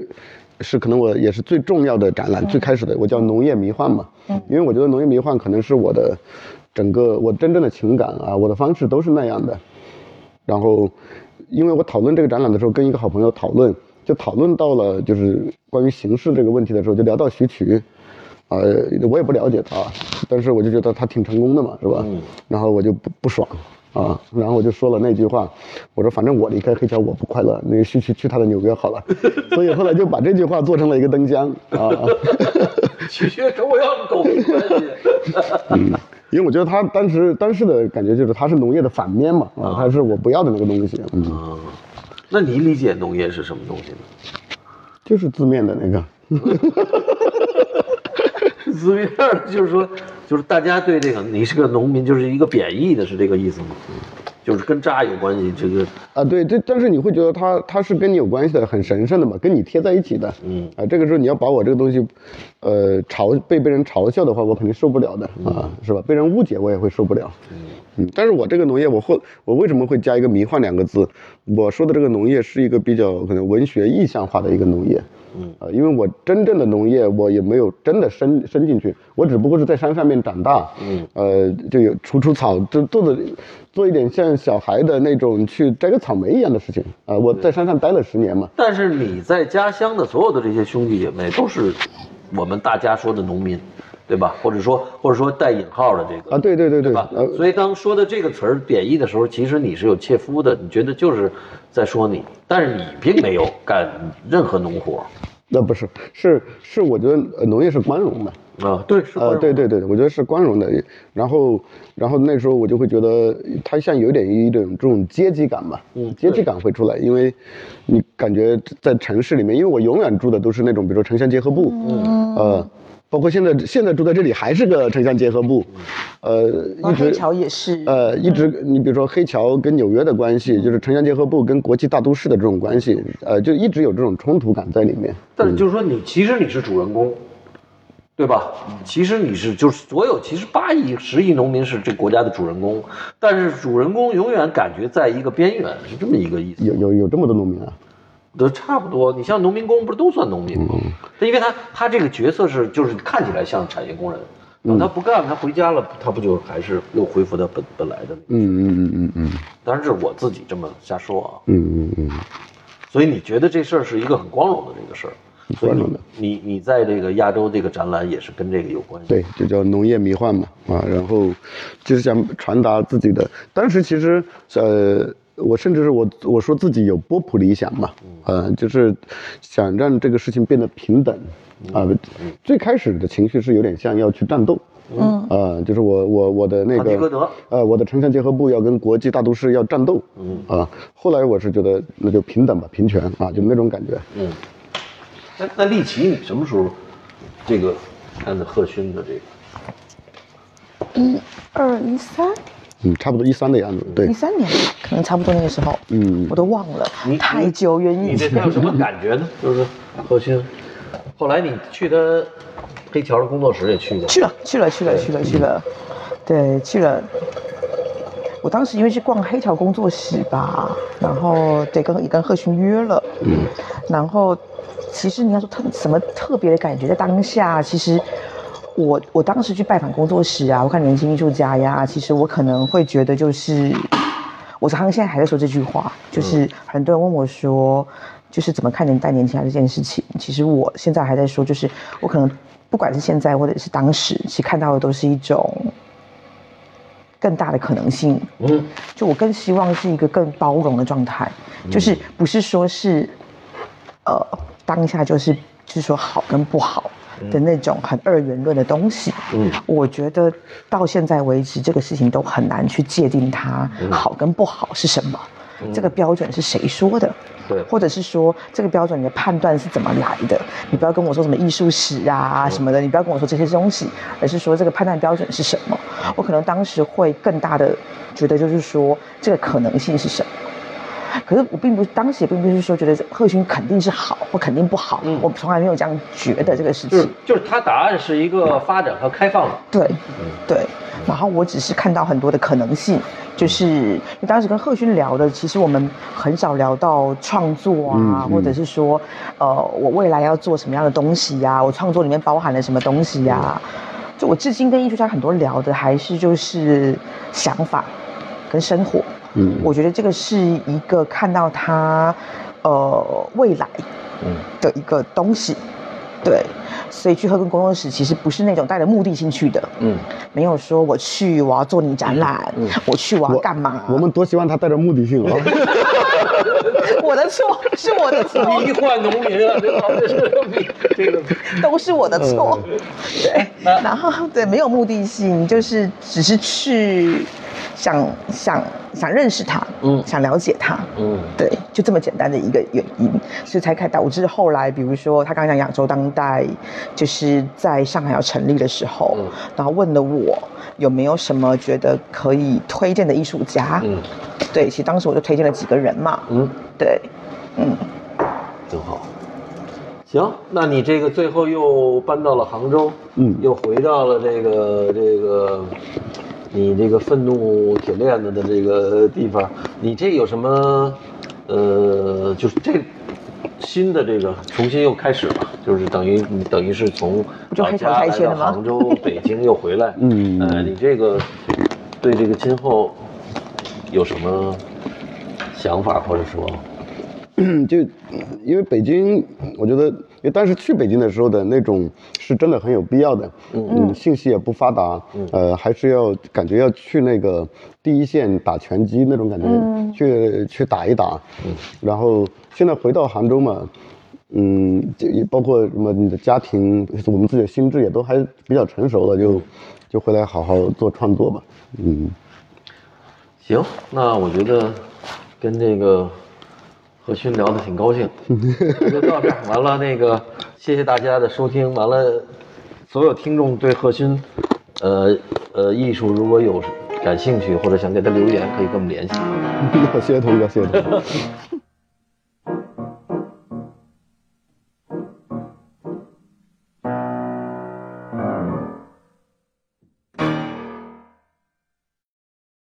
是可能我也是最重要的展览，最开始的我叫农业迷幻嘛，因为我觉得农业迷幻可能是我的整个我真正的情感啊，我的方式都是那样的，然后因为我讨论这个展览的时候，跟一个好朋友讨论，就讨论到了就是关于形式这个问题的时候，就聊到徐渠。呃，我也不了解他，但是我就觉得他挺成功的嘛，是吧？然后我就不不爽啊，然后我就说了那句话，我说反正我离开黑桥我不快乐，那个去去去他的纽约好了，所以后来就把这句话做成了一个灯箱啊，取学跟我要狗屁关 [LAUGHS] 系。因为我觉得他当时当时的感觉就是他是农业的反面嘛，啊，他是我不要的那个东西，嗯，啊，那你理解农业是什么东西呢？就是字面的那个， [LAUGHS] 字面儿就是说，就是大家对这个你是个农民，就是一个贬义的，是这个意思吗？嗯就是跟渣有关系，这个啊，对，这但是你会觉得它它是跟你有关系的，很神圣的嘛，跟你贴在一起的。嗯啊，这个时候你要把我这个东西，呃，嘲被被人嘲笑的话，我肯定受不了的啊，是吧？被人误解我也会受不了。嗯，但是我这个农业，我会我为什么会加一个迷幻两个字？我说的这个农业是一个比较可能文学意象化的一个农业。嗯啊，因为我真正的农业我也没有真的深深进去，我只不过是在山上面长大，嗯，呃，就有除除草，就做的做一点像小孩的那种去摘个草莓一样的事情啊、我在山上待了十年嘛，但是你在家乡的所有的这些兄弟姐妹都是我们大家说的农民，对吧？或者说或者说带引号的这个啊，对对对嗯对，对吧？呃，所以当说的这个词儿贬义的时候，其实你是有切肤的，你觉得就是在说你，但是你并没有干任何农活那不是，是是，我觉得呃农业是光荣的，啊。对，是呃，对对对，我觉得是光荣的。然后，然后那时候我就会觉得它像有点一种这种阶级感吧，嗯阶级感会出来，因为你感觉在城市里面，因为我永远住的都是那种，比如说城乡结合部，嗯，呃，包括现在现在住在这里还是个城乡结合部，呃，一然后直哦黑桥也是，呃，一直你比如说黑桥跟纽约的关系，就是城乡结合部跟国际大都市的这种关系，呃，就一直有这种冲突感在里面。但是就是说你其实你是主人公，对吧？其实你是就是所有其实八亿十亿农民是这国家的主人公，但是主人公永远感觉在一个边缘，是这么一个意思。有有有这么多农民啊？都差不多，你像农民工不是都算农民吗？嗯他因为他他这个角色是就是看起来像产业工人，等他不干，他回家了，他不就还是又恢复他本本来的那个？嗯嗯嗯嗯嗯当然是我自己这么瞎说啊。嗯嗯嗯。所以你觉得这事儿是一个很光荣的这个事儿，所以光你荣的你你在这个亚洲这个展览也是跟这个有关系。对，就叫农业迷幻嘛，啊，然后就是想传达自己的。当时其实，呃，我甚至是我我说自己有波普理想嘛，呃，就是想让这个事情变得平等，啊、最开始的情绪是有点像要去战斗，嗯，呃，就是我我我的那哈迪戈个德，呃，我的城乡结合部要跟国际大都市要战斗，嗯啊、后来我是觉得那就平等吧，平权啊，就那种感觉。嗯，那那利奇，你什么时候这个看的赫勋的这个？一二一三嗯，差不多一三的样子，对一，三年，可能差不多那个时候，嗯我都忘了你，太久远你以对前他有什么感觉呢？就是何勋，后来你去他黑桥的工作室也去过，去了，去了，去了，去了，去了，对，去了。我当时因为是逛黑桥工作室吧，然后对，跟也跟贺勋约了，然后其实你要说特什么特别的感觉，在当下，其实我我当时去拜访工作室啊，我看年轻艺术家呀，其实我可能会觉得就是，我常常现在还在说这句话，就是很多人问我说，就是怎么看人带年轻人这件事情，其实我现在还在说，就是我可能不管是现在或者是当时，其实看到的都是一种更大的可能性，嗯，就我更希望是一个更包容的状态，就是不是说是，呃，当下就是就是说好跟不好的那种很二元论的东西。嗯，我觉得到现在为止，这个事情都很难去界定它好跟不好是什么，这个标准是谁说的？对或者是说这个标准你的判断是怎么来的？你不要跟我说什么艺术史啊嗯什么的，你不要跟我说这些东西，而是说这个判断标准是什么？嗯我可能当时会更大的觉得就是说这个可能性是什么。可是我并不，当时也并不是说觉得贺勋肯定是好或肯定不好，我从来没有这样觉得这个事嗯就情。是就是他答案是一个发展和开放的，对，对。然后我只是看到很多的可能性，就是因为当时跟贺勋聊的，其实我们很少聊到创作啊，或者是说，呃，我未来要做什么样的东西呀、我创作里面包含了什么东西啊呀、就我至今跟艺术家很多聊的还是就是想法跟生活，嗯我觉得这个是一个看到他呃未来的一个东西。对，所以去喝跟工作室其实不是那种带着目的性去的，嗯，没有说我去我要做你展览，我去我要我干嘛，我们多希望他带着目的性啊。 [LAUGHS] 我的错是我的错，迷幻农民啊，这老这是 [LAUGHS] 这个都是我的错。对，然后对没有目的性，就是只是去想想想认识他，嗯想了解他。嗯对，就这么简单的一个原因，所以才开导致后来，比如说他刚讲亚洲当代，就是在上海要成立的时候，嗯然后问了我有没有什么觉得可以推荐的艺术家，嗯对，其实当时我就推荐了几个人嘛，嗯，对，嗯。真好。行，那你这个最后又搬到了杭州，嗯又回到了这个这个你这个愤怒铁链子的这个地方，你这有什么呃，就是这新的这个重新又开始吧，就是等于你等于是从不就老黑潮家拆来迁到了吗杭州、北京又回来，嗯 [LAUGHS] 呃，你这个对这个今后有什么想法或者说，嗯就因为北京，我觉得，因为当时去北京的时候的那种是真的很有必要的，嗯，信息也不发达，呃，还是要感觉要去那个第一线打拳击那种感觉，去去打一打，然后现在回到杭州嘛。嗯，就也包括什么你的家庭，我们自己的心智也都还比较成熟了，就就回来好好做创作吧。 [LAUGHS] 嗯，行，那我觉得跟这个何勋聊的挺高兴，那就到这儿。完了，那个谢谢大家的收听。完了，所有听众对贺勋，呃呃，艺术如果有感兴趣或者想给他留言，可以跟我们联系。谢谢童哥，谢谢童哥。